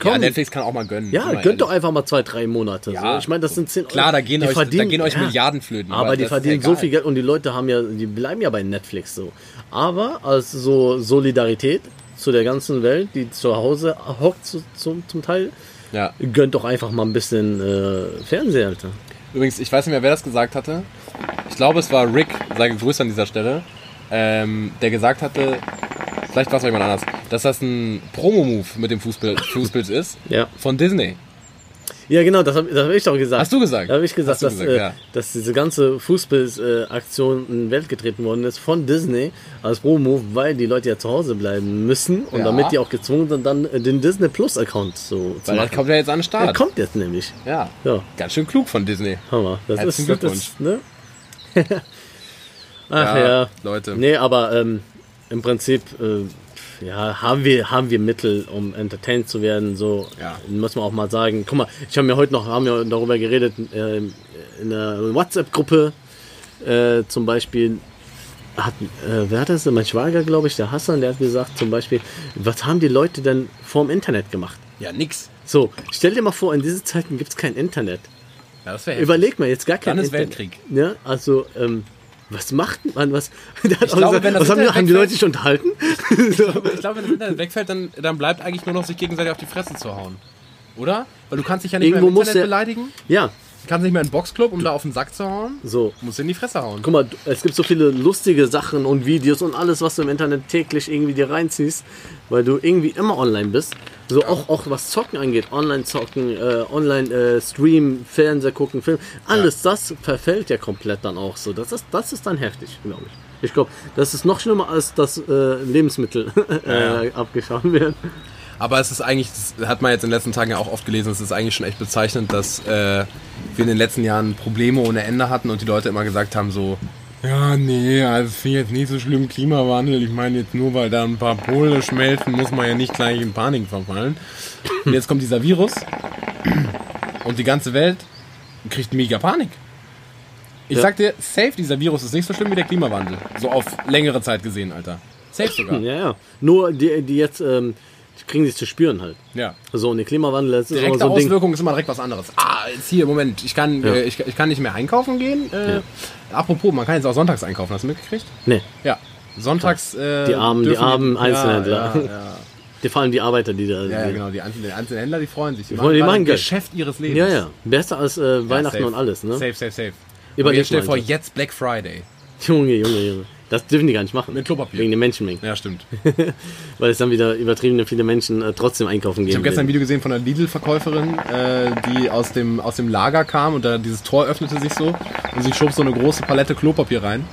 Speaker 1: Komm.
Speaker 2: Ja, Netflix kann auch mal gönnen.
Speaker 1: Ja,
Speaker 2: sind wir
Speaker 1: gönnt
Speaker 2: ehrlich.
Speaker 1: doch einfach mal zwei, drei Monate.
Speaker 2: Ja.
Speaker 1: so. Ich meine, das sind 10
Speaker 2: Klar, da gehen
Speaker 1: Die
Speaker 2: euch- da
Speaker 1: verdienen-
Speaker 2: gehen euch Milliardenflöten,
Speaker 1: Aber,
Speaker 2: aber
Speaker 1: die
Speaker 2: das ist
Speaker 1: verdienen so
Speaker 2: egal.
Speaker 1: viel Geld und die Leute haben ja, die bleiben ja bei Netflix so. Aber als so Solidarität zu der ganzen Welt, die zu Hause hockt zu, zum, zum Teil,
Speaker 2: Ja.
Speaker 1: gönnt doch einfach mal ein bisschen äh, Fernseher, Alter.
Speaker 2: Übrigens, ich weiß nicht mehr, wer das gesagt hatte. Ich glaube, es war Rick, sei gegrüßt an dieser Stelle, ähm, der gesagt hatte, vielleicht war es auch jemand anders, dass das ein Promo-Move mit dem Fußball, Fußpilz ist
Speaker 1: Ja.
Speaker 2: von Disney.
Speaker 1: Ja, genau, das habe das hab ich doch gesagt.
Speaker 2: Hast du gesagt?
Speaker 1: Da habe ich gesagt,
Speaker 2: Hast du
Speaker 1: dass,
Speaker 2: gesagt,
Speaker 1: äh,
Speaker 2: ja.
Speaker 1: dass diese ganze Fußball-Aktion in die Welt getreten worden ist von Disney als Promo, weil die Leute ja zu Hause bleiben müssen und
Speaker 2: Ja.
Speaker 1: damit die auch gezwungen sind, dann äh, den Disney Plus-Account so zu
Speaker 2: Weil das
Speaker 1: machen.
Speaker 2: kommt ja jetzt an den
Speaker 1: Der
Speaker 2: Start.
Speaker 1: kommt jetzt nämlich.
Speaker 2: Ja.
Speaker 1: Ja,
Speaker 2: Ganz schön klug von Disney.
Speaker 1: Hammer. Das
Speaker 2: Herzlichen
Speaker 1: ist das, ne? Ach ja.
Speaker 2: Leute.
Speaker 1: Nee, aber ähm, im Prinzip äh, ja, haben, wir, haben wir Mittel, um entertained zu werden. So
Speaker 2: Ja.
Speaker 1: muss man auch mal sagen. Guck mal, ich habe mir heute noch haben wir darüber geredet ähm, in der WhatsApp-Gruppe äh, zum Beispiel. Hat, äh, wer hat das? denn? Mein Schwager, glaube ich, der Hassan, der hat gesagt zum Beispiel, was haben die Leute denn vorm Internet gemacht?
Speaker 2: Ja, nix.
Speaker 1: So, stell dir mal vor, in diesen Zeiten gibt es kein Internet.
Speaker 2: Ja, das wäre
Speaker 1: Überleg mal, jetzt gar kein
Speaker 2: Dann ist
Speaker 1: Internet.
Speaker 2: Weltkrieg.
Speaker 1: Ja, also, ähm, was macht man? Was, Der hat auch
Speaker 2: glaube, wenn
Speaker 1: was
Speaker 2: das
Speaker 1: haben, die,
Speaker 2: Internet
Speaker 1: haben die Leute
Speaker 2: wegfällt-
Speaker 1: sich unterhalten?
Speaker 2: Ich glaube, wenn das Internet wegfällt, dann, dann bleibt eigentlich nur noch, sich gegenseitig auf die Fresse zu hauen. Oder? Weil du kannst dich ja nicht
Speaker 1: Irgendwo
Speaker 2: mehr im
Speaker 1: muss
Speaker 2: Internet
Speaker 1: der-
Speaker 2: beleidigen,
Speaker 1: ja,
Speaker 2: du kannst nicht mehr in den Boxclub, um da auf den Sack zu hauen.
Speaker 1: so.
Speaker 2: Du musst in die Fresse hauen.
Speaker 1: Guck mal, du- es gibt so viele lustige Sachen und Videos und alles, was du im Internet täglich irgendwie dir reinziehst, weil du irgendwie immer online bist. So auch, auch was Zocken angeht, online zocken, äh, online äh, streamen, Fernseher gucken, Film, alles das verfällt ja komplett dann auch so. Das ist, das ist dann heftig, glaube ich. Ich glaube, das ist noch schlimmer, als dass äh, Lebensmittel äh, abgeschaut werden.
Speaker 2: Aber es ist eigentlich, das hat man jetzt in den letzten Tagen ja auch oft gelesen, es ist eigentlich schon echt bezeichnend, dass äh, wir in den letzten Jahren Probleme ohne Ende hatten und die Leute immer gesagt haben so, ja, nee, also ich finde jetzt nicht so schlimm Klimawandel. Ich meine jetzt nur, weil da ein paar Pole schmelzen, muss man ja nicht gleich in Panik verfallen. Und jetzt kommt dieser Virus und die ganze Welt kriegt mega Panik. Ich
Speaker 1: Ja.
Speaker 2: sag dir, safe, dieser Virus ist nicht so schlimm wie der Klimawandel. So auf längere Zeit gesehen, Alter. Safe sogar.
Speaker 1: Ja, ja. Nur die, die jetzt ähm, die kriegen sich zu spüren halt.
Speaker 2: Ja.
Speaker 1: So, und der Klimawandel, das ist immer
Speaker 2: Direkte
Speaker 1: so ein Ding.
Speaker 2: Auswirkung ist immer direkt was anderes. Ah, jetzt hier, Moment, ich kann, äh, ich, ich kann nicht mehr einkaufen gehen. Äh, Apropos, man kann jetzt auch sonntags einkaufen, hast du mitgekriegt?
Speaker 1: Nee,
Speaker 2: Ja. Sonntags. Äh,
Speaker 1: Die armen- die
Speaker 2: dürfen-
Speaker 1: armen Einzelhändler.
Speaker 2: Ja, ja,
Speaker 1: die- vor allem die Arbeiter, die da
Speaker 2: ja, ja,
Speaker 1: die-
Speaker 2: genau, die einzelnen die einzelnen Händler, die freuen sich. Die
Speaker 1: wollen- die
Speaker 2: gerade
Speaker 1: machen
Speaker 2: ein
Speaker 1: Geld.
Speaker 2: Geschäft ihres Lebens.
Speaker 1: Ja, ja. Besser als äh, Weihnachten
Speaker 2: safe.
Speaker 1: und alles, ne?
Speaker 2: Safe, safe, safe.
Speaker 1: Überleg
Speaker 2: Und jetzt stell
Speaker 1: mal,
Speaker 2: dir vor,
Speaker 1: Alter.
Speaker 2: jetzt Black Friday.
Speaker 1: Junge, Junge, Junge. Das dürfen die gar nicht machen.
Speaker 2: Mit Klopapier.
Speaker 1: Wegen der Menschenmengen.
Speaker 2: Ja, stimmt.
Speaker 1: Weil es dann wieder übertriebene viele Menschen äh, trotzdem einkaufen gehen.
Speaker 2: Ich habe gestern ein
Speaker 1: werden.
Speaker 2: Video gesehen von einer Lidl-Verkäuferin, äh, die aus dem, aus dem Lager kam und da dieses Tor öffnete sich so und sie schob so eine große Palette Klopapier rein.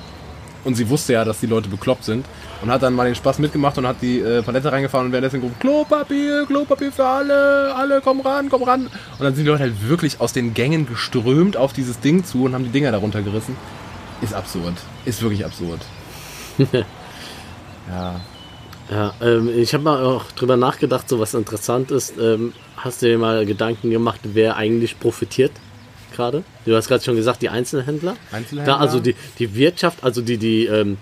Speaker 2: Und sie wusste ja, dass die Leute bekloppt sind und hat dann mal den Spaß mitgemacht und hat die äh, Palette reingefahren und währenddessen gerufen, Klopapier, Klopapier für alle, alle, komm ran, komm ran. Und dann sind die Leute halt wirklich aus den Gängen geströmt auf dieses Ding zu und haben die Dinger darunter gerissen. Ist absurd. Ist wirklich absurd. ja.
Speaker 1: Ja, ähm, ich habe mal auch drüber nachgedacht, so was interessant ist. Ähm, hast du dir mal Gedanken gemacht, wer eigentlich profitiert gerade? Du hast gerade schon gesagt, die Einzelhändler.
Speaker 2: Einzelhändler.
Speaker 1: Da, also die, die Wirtschaft, also die, die ähm,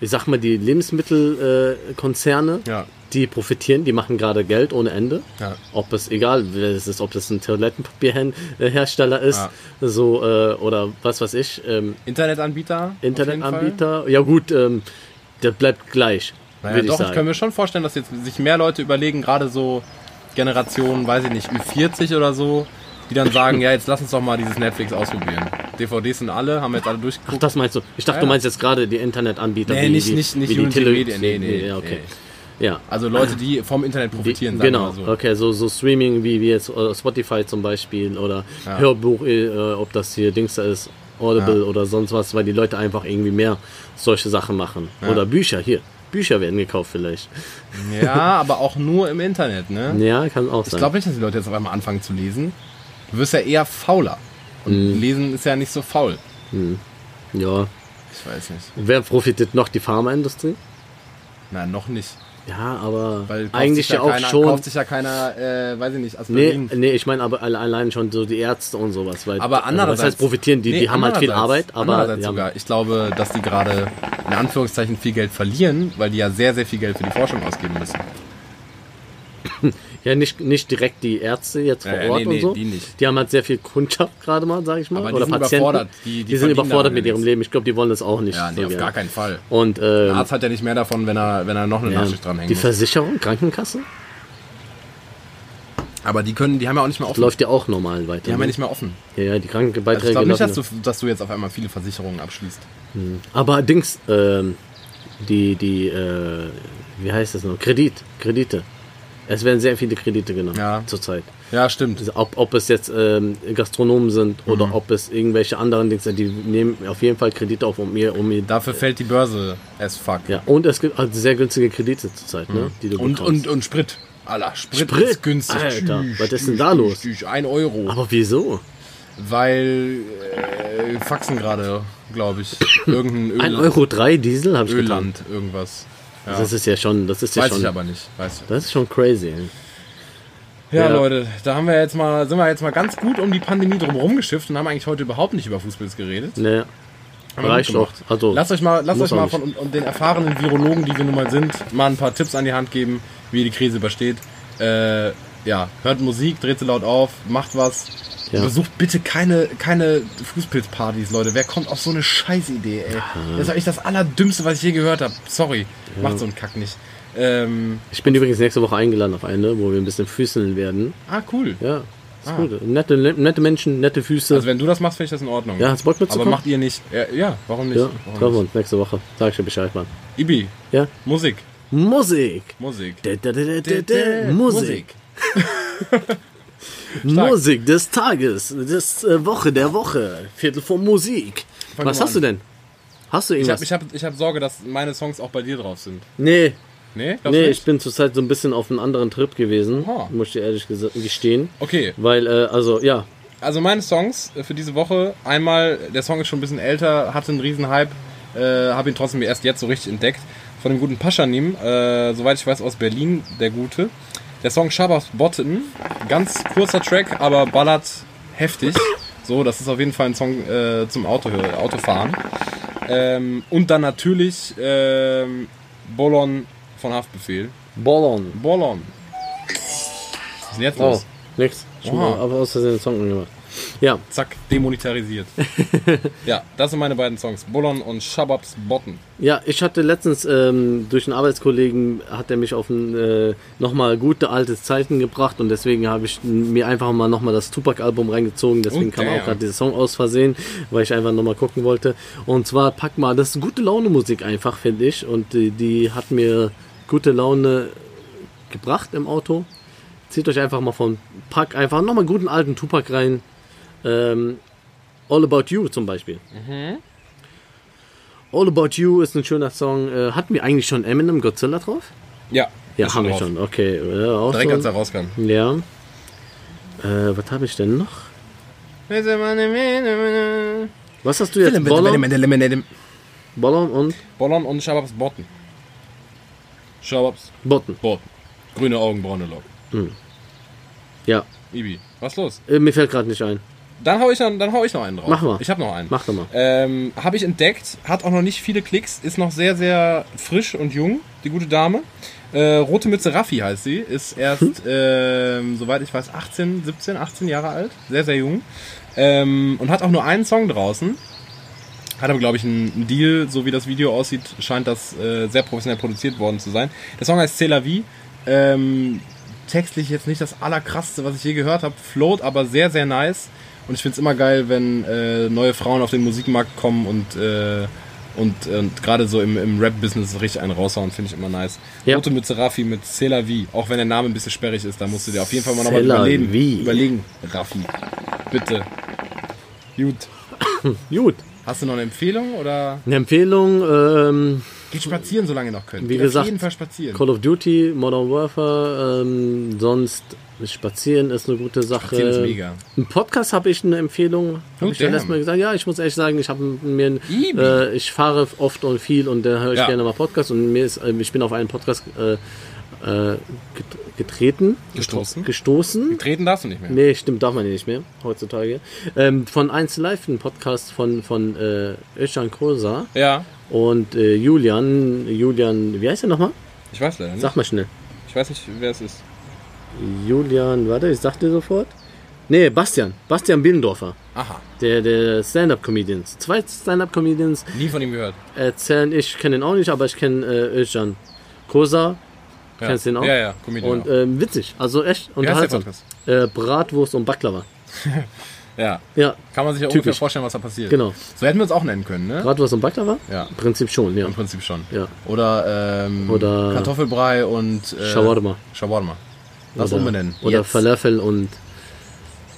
Speaker 1: ich sag mal, die Lebensmittelkonzerne, äh, Konzerne,
Speaker 2: Ja.
Speaker 1: die profitieren, die machen gerade Geld ohne Ende.
Speaker 2: Ja.
Speaker 1: Ob es egal wer es ist, ob das ein Toilettenpapierhersteller ist,
Speaker 2: Ja.
Speaker 1: so äh, oder was weiß ich. Ähm,
Speaker 2: Internetanbieter? auf jeden Fall.
Speaker 1: Internetanbieter, ja gut, ähm, der bleibt gleich.
Speaker 2: Naja,
Speaker 1: würd ich
Speaker 2: doch, ich
Speaker 1: sagen.
Speaker 2: kann mir schon vorstellen, dass jetzt sich mehr Leute überlegen, gerade so Generationen, weiß ich nicht, Ü40 oder so, die dann sagen, ja, jetzt lass uns doch mal dieses Netflix ausprobieren. DVDs sind alle, haben wir jetzt alle durchgeguckt.
Speaker 1: Das meinst du? Ich dachte,
Speaker 2: Ja,
Speaker 1: du
Speaker 2: ja.
Speaker 1: meinst jetzt gerade die Internetanbieter.
Speaker 2: Nee, nicht- nicht- nicht
Speaker 1: wie die
Speaker 2: Unity
Speaker 1: Tele
Speaker 2: Media, nee, nee,
Speaker 1: Ja, okay. Ja.
Speaker 2: Also Leute, die vom Internet profitieren, sagen
Speaker 1: genau,
Speaker 2: wir mal so.
Speaker 1: okay, so, so Streaming wie, wie jetzt äh, Spotify zum Beispiel oder Hörbuch, äh, ob das hier Dings da ist, Audible oder sonst was, weil die Leute einfach irgendwie mehr solche Sachen machen. Oder Bücher, hier, Bücher werden gekauft vielleicht.
Speaker 2: Ja, aber auch nur im Internet, ne?
Speaker 1: Ja, kann auch sein.
Speaker 2: Ich glaube nicht, dass die Leute jetzt auf einmal anfangen zu lesen. Du wirst ja eher fauler.
Speaker 1: Mhm.
Speaker 2: Und lesen ist ja nicht so faul.
Speaker 1: ja.
Speaker 2: Ich weiß nicht.
Speaker 1: Wer profitiert noch? Die Pharmaindustrie?
Speaker 2: Na, noch nicht.
Speaker 1: Ja, aber
Speaker 2: Weil kauft
Speaker 1: eigentlich
Speaker 2: sich
Speaker 1: ja
Speaker 2: ja
Speaker 1: auch
Speaker 2: keiner,
Speaker 1: schon.
Speaker 2: Kauft sich ja keiner, äh, weiß ich nicht,
Speaker 1: Nee,
Speaker 2: Aspirin.
Speaker 1: nee, ich meine aber alle- allein schon so die Ärzte und sowas. Weil,
Speaker 2: Aber
Speaker 1: also
Speaker 2: andererseits.
Speaker 1: Das heißt, profitieren, die,
Speaker 2: Nee,
Speaker 1: die haben halt viel
Speaker 2: andererseits-
Speaker 1: Arbeit, aber.
Speaker 2: andererseits
Speaker 1: Die haben,
Speaker 2: sogar. Ich glaube, dass die gerade in Anführungszeichen viel Geld verlieren, weil die ja sehr, sehr viel Geld für die Forschung ausgeben müssen.
Speaker 1: ja, nicht, nicht direkt die Ärzte jetzt vor
Speaker 2: Ja, ja,
Speaker 1: Ort
Speaker 2: nee,
Speaker 1: und
Speaker 2: nee,
Speaker 1: so.
Speaker 2: die nicht.
Speaker 1: haben halt sehr viel Kundschaft gerade mal, sage ich mal.
Speaker 2: Aber die
Speaker 1: oder
Speaker 2: sind
Speaker 1: Patienten.
Speaker 2: überfordert. Die- die
Speaker 1: sind
Speaker 2: verdienen
Speaker 1: überfordert
Speaker 2: daran
Speaker 1: mit
Speaker 2: ja
Speaker 1: ihrem
Speaker 2: nichts.
Speaker 1: Leben. Ich glaube, die wollen das auch nicht.
Speaker 2: Ja, nee,
Speaker 1: so
Speaker 2: auf
Speaker 1: gerne.
Speaker 2: gar keinen Fall.
Speaker 1: Und
Speaker 2: Der
Speaker 1: ähm,
Speaker 2: Arzt hat ja nicht mehr davon, wenn er, wenn er noch eine
Speaker 1: ja,
Speaker 2: Nachschicht dranhängt.
Speaker 1: die Versicherung, Krankenkasse,
Speaker 2: Aber die können, die haben ja auch nicht mehr offen.
Speaker 1: läuft ja auch normal weiter.
Speaker 2: die haben ja
Speaker 1: ne?
Speaker 2: nicht mehr offen.
Speaker 1: ja, ja, die
Speaker 2: Also ich
Speaker 1: Krankenbeiträge
Speaker 2: glaube nicht, dass
Speaker 1: laufen
Speaker 2: du, dass du jetzt auf einmal viele Versicherungen abschließt.
Speaker 1: Aber Dings, ähm, die, die, äh, wie heißt das noch? Kredit, Kredite. Es werden sehr viele Kredite genommen
Speaker 2: Ja.
Speaker 1: zurzeit.
Speaker 2: Ja, stimmt.
Speaker 1: Also Ob, ob es jetzt ähm, Gastronomen sind
Speaker 2: Mhm.
Speaker 1: oder ob es irgendwelche anderen Dings sind, die nehmen auf jeden Fall Kredite auf, um ihr, um ihr
Speaker 2: Dafür fällt die Börse as fuck.
Speaker 1: Ja, und es gibt also sehr günstige Kredite zurzeit, ne? Die du
Speaker 2: Mhm. Und,
Speaker 1: bekommst.
Speaker 2: und, und Sprit. Alter, Sprit,
Speaker 1: Sprit?
Speaker 2: ist günstig.
Speaker 1: Alter,
Speaker 2: Tschüss,
Speaker 1: was ist denn
Speaker 2: tschüss,
Speaker 1: da los?
Speaker 2: tschüss, tschüss, Ein Euro.
Speaker 1: Aber wieso?
Speaker 2: Weil äh, Faxen gerade, glaube ich. Irgendein Öl
Speaker 1: 1,03 Euro drei Diesel habe ich getan.
Speaker 2: Ölland, irgendwas. Ja.
Speaker 1: Das ist ja schon, das ist ja
Speaker 2: Weiß ich
Speaker 1: schon,
Speaker 2: aber nicht. Weiß ich.
Speaker 1: das ist schon crazy. ey. Ja.
Speaker 2: Ja, Leute, da haben wir jetzt mal, sind wir jetzt mal ganz gut um die Pandemie drum rumgeschifft und haben eigentlich heute überhaupt nicht über Fußball geredet.
Speaker 1: Ne,
Speaker 2: Haben wir
Speaker 1: Reicht
Speaker 2: gut gemacht.
Speaker 1: doch. Also,
Speaker 2: lasst euch mal, lasst
Speaker 1: muss
Speaker 2: euch mal
Speaker 1: auch
Speaker 2: von und, den erfahrenen Virologen, die wir nun mal sind, mal ein paar Tipps an die Hand geben, wie ihr die Krise übersteht. Äh, ja, hört Musik, dreht sie laut auf, macht was.
Speaker 1: Ja.
Speaker 2: Besucht bitte keine, keine Fußpilzpartys, Leute. Wer kommt auf so eine Scheißidee, ey? Das ist eigentlich das Allerdümmste, was ich je gehört habe. Sorry, macht so einen Kack nicht. Ähm,
Speaker 1: ich bin übrigens nächste Woche eingeladen auf eine, wo wir ein bisschen füßeln werden.
Speaker 2: ah, cool.
Speaker 1: Ja, ist gut. Nette, nette Menschen, nette Füße.
Speaker 2: Also wenn du das machst, finde ich das in Ordnung.
Speaker 1: ja, hast du Bock
Speaker 2: Aber
Speaker 1: mitzukommen?
Speaker 2: macht ihr nicht. Ja, ja warum nicht?
Speaker 1: ja,
Speaker 2: warum
Speaker 1: treffen wir
Speaker 2: nicht?
Speaker 1: uns nächste Woche. Sag ich dir Bescheid, Mann.
Speaker 2: Ibi,
Speaker 1: Ja?
Speaker 2: Musik,
Speaker 1: Musik!
Speaker 2: Musik.
Speaker 1: Da, da, da, da, da, da. Musik!
Speaker 2: Stark.
Speaker 1: Musik des Tages, des äh, Woche der Woche, Viertel vor Musik.
Speaker 2: Fang
Speaker 1: Was
Speaker 2: mal
Speaker 1: hast du
Speaker 2: an.
Speaker 1: denn? Hast du
Speaker 2: Ich
Speaker 1: irgendwas?
Speaker 2: habe ich hab, ich hab Sorge, dass meine Songs auch bei dir drauf sind.
Speaker 1: nee,
Speaker 2: Nee? Glaubst
Speaker 1: nee,
Speaker 2: du
Speaker 1: ich
Speaker 2: nicht?
Speaker 1: bin zurzeit so ein bisschen auf einem anderen Trip gewesen,
Speaker 2: Aha.
Speaker 1: muss ich dir ehrlich gesa- gestehen.
Speaker 2: Okay,
Speaker 1: Weil, äh, also, ja,
Speaker 2: also meine Songs äh, für diese Woche. Einmal, der Song ist schon ein bisschen älter, hatte einen riesen Hype, äh, habe ihn trotzdem erst jetzt so richtig entdeckt. Von dem guten Paschanim, äh, soweit ich weiß, aus Berlin, der Gute. Der Song Shabbat Botten, ganz kurzer Track, aber ballert heftig. So, das ist auf jeden Fall ein Song äh, zum Auto, Autofahren. Ähm, und dann natürlich ähm, Bolon von Haftbefehl.
Speaker 1: Ballon.
Speaker 2: Bollon. Was ist denn jetzt
Speaker 1: Oh,
Speaker 2: los?
Speaker 1: nix. Schon mal,
Speaker 2: Oha.
Speaker 1: aber aus Versehen den Song angemacht. Ja,
Speaker 2: Zack, demonetarisiert. ja, das sind meine beiden Songs. Bollon und Shababs Botten.
Speaker 1: Ja, ich hatte letztens ähm, durch einen Arbeitskollegen, hat er mich auf ein, äh, nochmal gute alte Zeiten gebracht und deswegen habe ich mir einfach mal nochmal das Tupac-Album reingezogen. Deswegen
Speaker 2: Oh,
Speaker 1: kam auch
Speaker 2: damn.
Speaker 1: gerade dieser Song aus Versehen, weil ich einfach nochmal gucken wollte. Und zwar pack mal, das ist gute Laune-Musik einfach, finde ich. Und die, die hat mir gute Laune gebracht im Auto. Zieht euch einfach mal von Pack einfach nochmal guten alten Tupac rein. Ähm, All About You zum Beispiel. All About You ist ein schöner Song. Äh, hatten wir eigentlich schon Eminem Godzilla drauf?
Speaker 2: Ja,
Speaker 1: Ja,
Speaker 2: ist
Speaker 1: haben wir
Speaker 2: drauf.
Speaker 1: schon. Okay. Ja, auch
Speaker 2: Direkt als
Speaker 1: so.
Speaker 2: er rauskam.
Speaker 1: ja. Äh, was habe ich denn noch? Was hast du jetzt? Ballon, Ballon und
Speaker 2: Bollon und Shababs Botten. Shababs
Speaker 1: Botten.
Speaker 2: Botten. Grüne Augen, braune Locken.
Speaker 1: Ja.
Speaker 2: Ibi, was los?
Speaker 1: Äh, mir fällt gerade nicht ein.
Speaker 2: Dann hau, ich, dann, dann hau ich noch einen drauf.
Speaker 1: Mach mal.
Speaker 2: Ich hab noch einen.
Speaker 1: Mach doch mal.
Speaker 2: Ähm, Habe ich entdeckt, hat auch noch nicht viele Klicks, ist noch sehr, sehr frisch und jung, die gute Dame. Äh, Rote Mütze Raffi heißt sie, ist erst, ähm, soweit ich weiß, 18, 17, 18 Jahre alt, sehr, sehr jung. Ähm, und hat auch nur einen Song draußen. Hat aber, glaube ich, einen Deal, so wie das Video aussieht, scheint das äh, sehr professionell produziert worden zu sein. Der Song heißt C'est la vie. Ähm, textlich jetzt nicht das allerkrasseste, was ich je gehört habe. Float aber sehr, sehr nice. Und ich finde es immer geil, wenn äh, neue Frauen auf den Musikmarkt kommen und, äh, und, und gerade so im, im Rap-Business richtig einen raushauen, finde ich immer nice.
Speaker 1: Ja.
Speaker 2: Rote Mütze Raffi mit C'est la vie. Auch wenn der Name ein bisschen sperrig ist, da musst du dir auf jeden Fall mal
Speaker 1: C'est
Speaker 2: nochmal
Speaker 1: la
Speaker 2: überlegen.
Speaker 1: vie.
Speaker 2: Überlegen, Raffi. Bitte. Gut.
Speaker 1: Gut.
Speaker 2: Hast du noch eine Empfehlung oder
Speaker 1: Eine Empfehlung, ähm,
Speaker 2: geht spazieren, solange ihr noch könnt?
Speaker 1: Wie
Speaker 2: geht
Speaker 1: gesagt,
Speaker 2: auf jeden Fall spazieren.
Speaker 1: Call of Duty, Modern Warfare, ähm, sonst Spazieren ist eine gute Sache.
Speaker 2: Spazieren ist mega.
Speaker 1: Ein Podcast habe ich eine Empfehlung.
Speaker 2: Oh,
Speaker 1: Habe ich ja
Speaker 2: damn.
Speaker 1: letztes Mal gesagt. Ja, ich muss ehrlich sagen, ich habe mir,
Speaker 2: Ibi.
Speaker 1: äh, ich fahre oft und viel und da höre ich
Speaker 2: Ja.
Speaker 1: gerne mal Podcasts und mir ist, ähm, ich bin auf einen Podcast äh, äh, get- getreten,
Speaker 2: Gestoßen.
Speaker 1: gestoßen.
Speaker 2: Treten darfst du nicht mehr.
Speaker 1: Nee, stimmt, darf man ja nicht mehr heutzutage. Ähm, von 1 Live, ein Podcast von, von äh, Özcan Kosa
Speaker 2: Ja,
Speaker 1: und äh, Julian. Julian, wie heißt er nochmal?
Speaker 2: ich weiß leider nicht.
Speaker 1: Sag mal schnell.
Speaker 2: Ich weiß nicht, wer es ist.
Speaker 1: Julian, warte, ich sag dir sofort. Nee, Bastian. Bastian Bielendorfer.
Speaker 2: Aha,
Speaker 1: Der, der Stand-Up-Comedians. Zwei Stand-Up-Comedians
Speaker 2: nie von ihm gehört.
Speaker 1: erzählen, ich kenne ihn auch nicht, aber ich kenne äh, Özcan Kosa.
Speaker 2: Ja.
Speaker 1: Kennst du den auch?
Speaker 2: Ja, ja, Comedian
Speaker 1: Und
Speaker 2: auch.
Speaker 1: ähm, witzig, also echt
Speaker 2: Genau. Wie heißt der
Speaker 1: unterhaltsam.
Speaker 2: Podcast?
Speaker 1: Äh, Bratwurst und Baklava.
Speaker 2: Ja,
Speaker 1: Ja,
Speaker 2: kann man sich ja
Speaker 1: typisch.
Speaker 2: ungefähr vorstellen, was da passiert.
Speaker 1: Genau.
Speaker 2: So hätten wir uns auch nennen können, ne?
Speaker 1: Bratwurst und Baklava?
Speaker 2: Ja.
Speaker 1: Im Prinzip schon, ja.
Speaker 2: Im Prinzip schon.
Speaker 1: Ja.
Speaker 2: Oder, ähm,
Speaker 1: Oder-
Speaker 2: Kartoffelbrei und äh,
Speaker 1: Shawarma.
Speaker 2: Shawarma. Lass
Speaker 1: Oder-
Speaker 2: umbenennen.
Speaker 1: Oder
Speaker 2: Jetzt.
Speaker 1: Falafel und,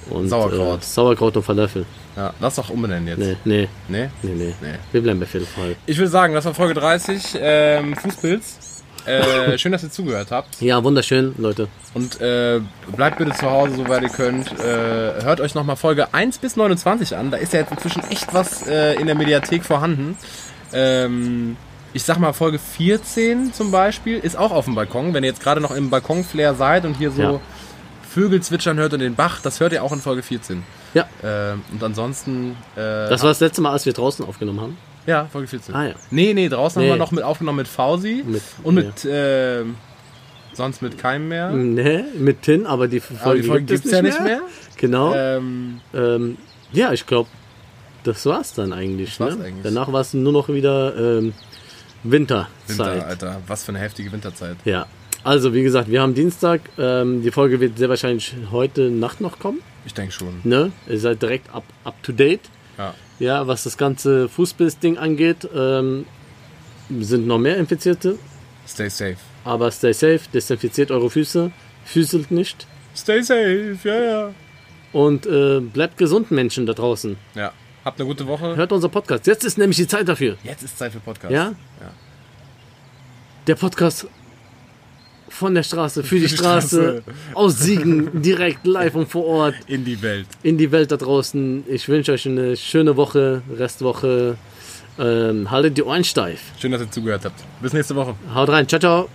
Speaker 1: und
Speaker 2: Sauerkraut.
Speaker 1: Äh, Sauerkraut und Falafel.
Speaker 2: Ja, lass doch umbenennen jetzt.
Speaker 1: Nee, nee,
Speaker 2: Nee?
Speaker 1: nee, nee.
Speaker 2: Nee.
Speaker 1: Wir bleiben bei Fehlfall.
Speaker 2: Ich würde sagen, das war Folge 30, ähm, Fußpilz. Äh, schön, dass ihr zugehört habt.
Speaker 1: Ja, wunderschön, Leute.
Speaker 2: Und äh, bleibt bitte zu Hause, soweit ihr könnt. Äh, hört euch nochmal Folge 1 bis 29 an. Da ist ja jetzt inzwischen echt was äh, in der Mediathek vorhanden. Ähm, ich sag mal, Folge 14 zum Beispiel ist auch auf dem Balkon. Wenn ihr jetzt gerade noch im Balkonflair seid und hier so
Speaker 1: Ja.
Speaker 2: Vögel zwitschern hört und den Bach, das hört ihr auch in Folge 14.
Speaker 1: Ja.
Speaker 2: Ähm, und ansonsten, äh,
Speaker 1: Das war das letzte Mal, als wir draußen aufgenommen haben.
Speaker 2: ja, Folge 14.
Speaker 1: Ah, ja.
Speaker 2: Nee, nee, draußen
Speaker 1: Nee.
Speaker 2: haben wir noch mit aufgenommen mit Fausi
Speaker 1: Mit-
Speaker 2: und mit, äh, sonst mit keinem mehr.
Speaker 1: Nee, mit Tin, aber die Folge,
Speaker 2: Aber die Hm. Folge
Speaker 1: gibt es
Speaker 2: ja nicht mehr.
Speaker 1: Genau.
Speaker 2: Ähm,
Speaker 1: Ähm, ja, ich glaube, das war's dann eigentlich.
Speaker 2: Das war's
Speaker 1: ne?
Speaker 2: eigentlich.
Speaker 1: Danach war es nur noch wieder ähm, Winterzeit.
Speaker 2: Winter, Alter, was für eine heftige Winterzeit.
Speaker 1: Ja. Also, wie gesagt, wir haben Dienstag. Ähm, die Folge wird sehr wahrscheinlich heute Nacht noch kommen.
Speaker 2: Ich denke schon.
Speaker 1: Ne? Ihr seid direkt up, up to date.
Speaker 2: Ja.
Speaker 1: Ja, was das ganze Fußpilz-Ding angeht, ähm, sind noch mehr Infizierte.
Speaker 2: Stay safe.
Speaker 1: Aber stay safe, desinfiziert eure Füße, füßelt nicht.
Speaker 2: Stay safe, ja, ja.
Speaker 1: Und äh, bleibt gesund, Menschen da draußen.
Speaker 2: Ja. Habt eine gute Woche.
Speaker 1: Hört unser Podcast. Jetzt ist nämlich die Zeit dafür.
Speaker 2: Jetzt ist Zeit für Podcast.
Speaker 1: Ja?
Speaker 2: Ja.
Speaker 1: Der Podcast von der Straße für die
Speaker 2: die
Speaker 1: Straße, aus Siegen direkt live und vor Ort
Speaker 2: In die Welt.
Speaker 1: in die Welt da draußen. Ich wünsche euch eine schöne Woche, Restwoche. Ähm, haltet die Ohren steif.
Speaker 2: Schön, dass ihr zugehört habt. Bis nächste Woche.
Speaker 1: Haut rein. Ciao, ciao.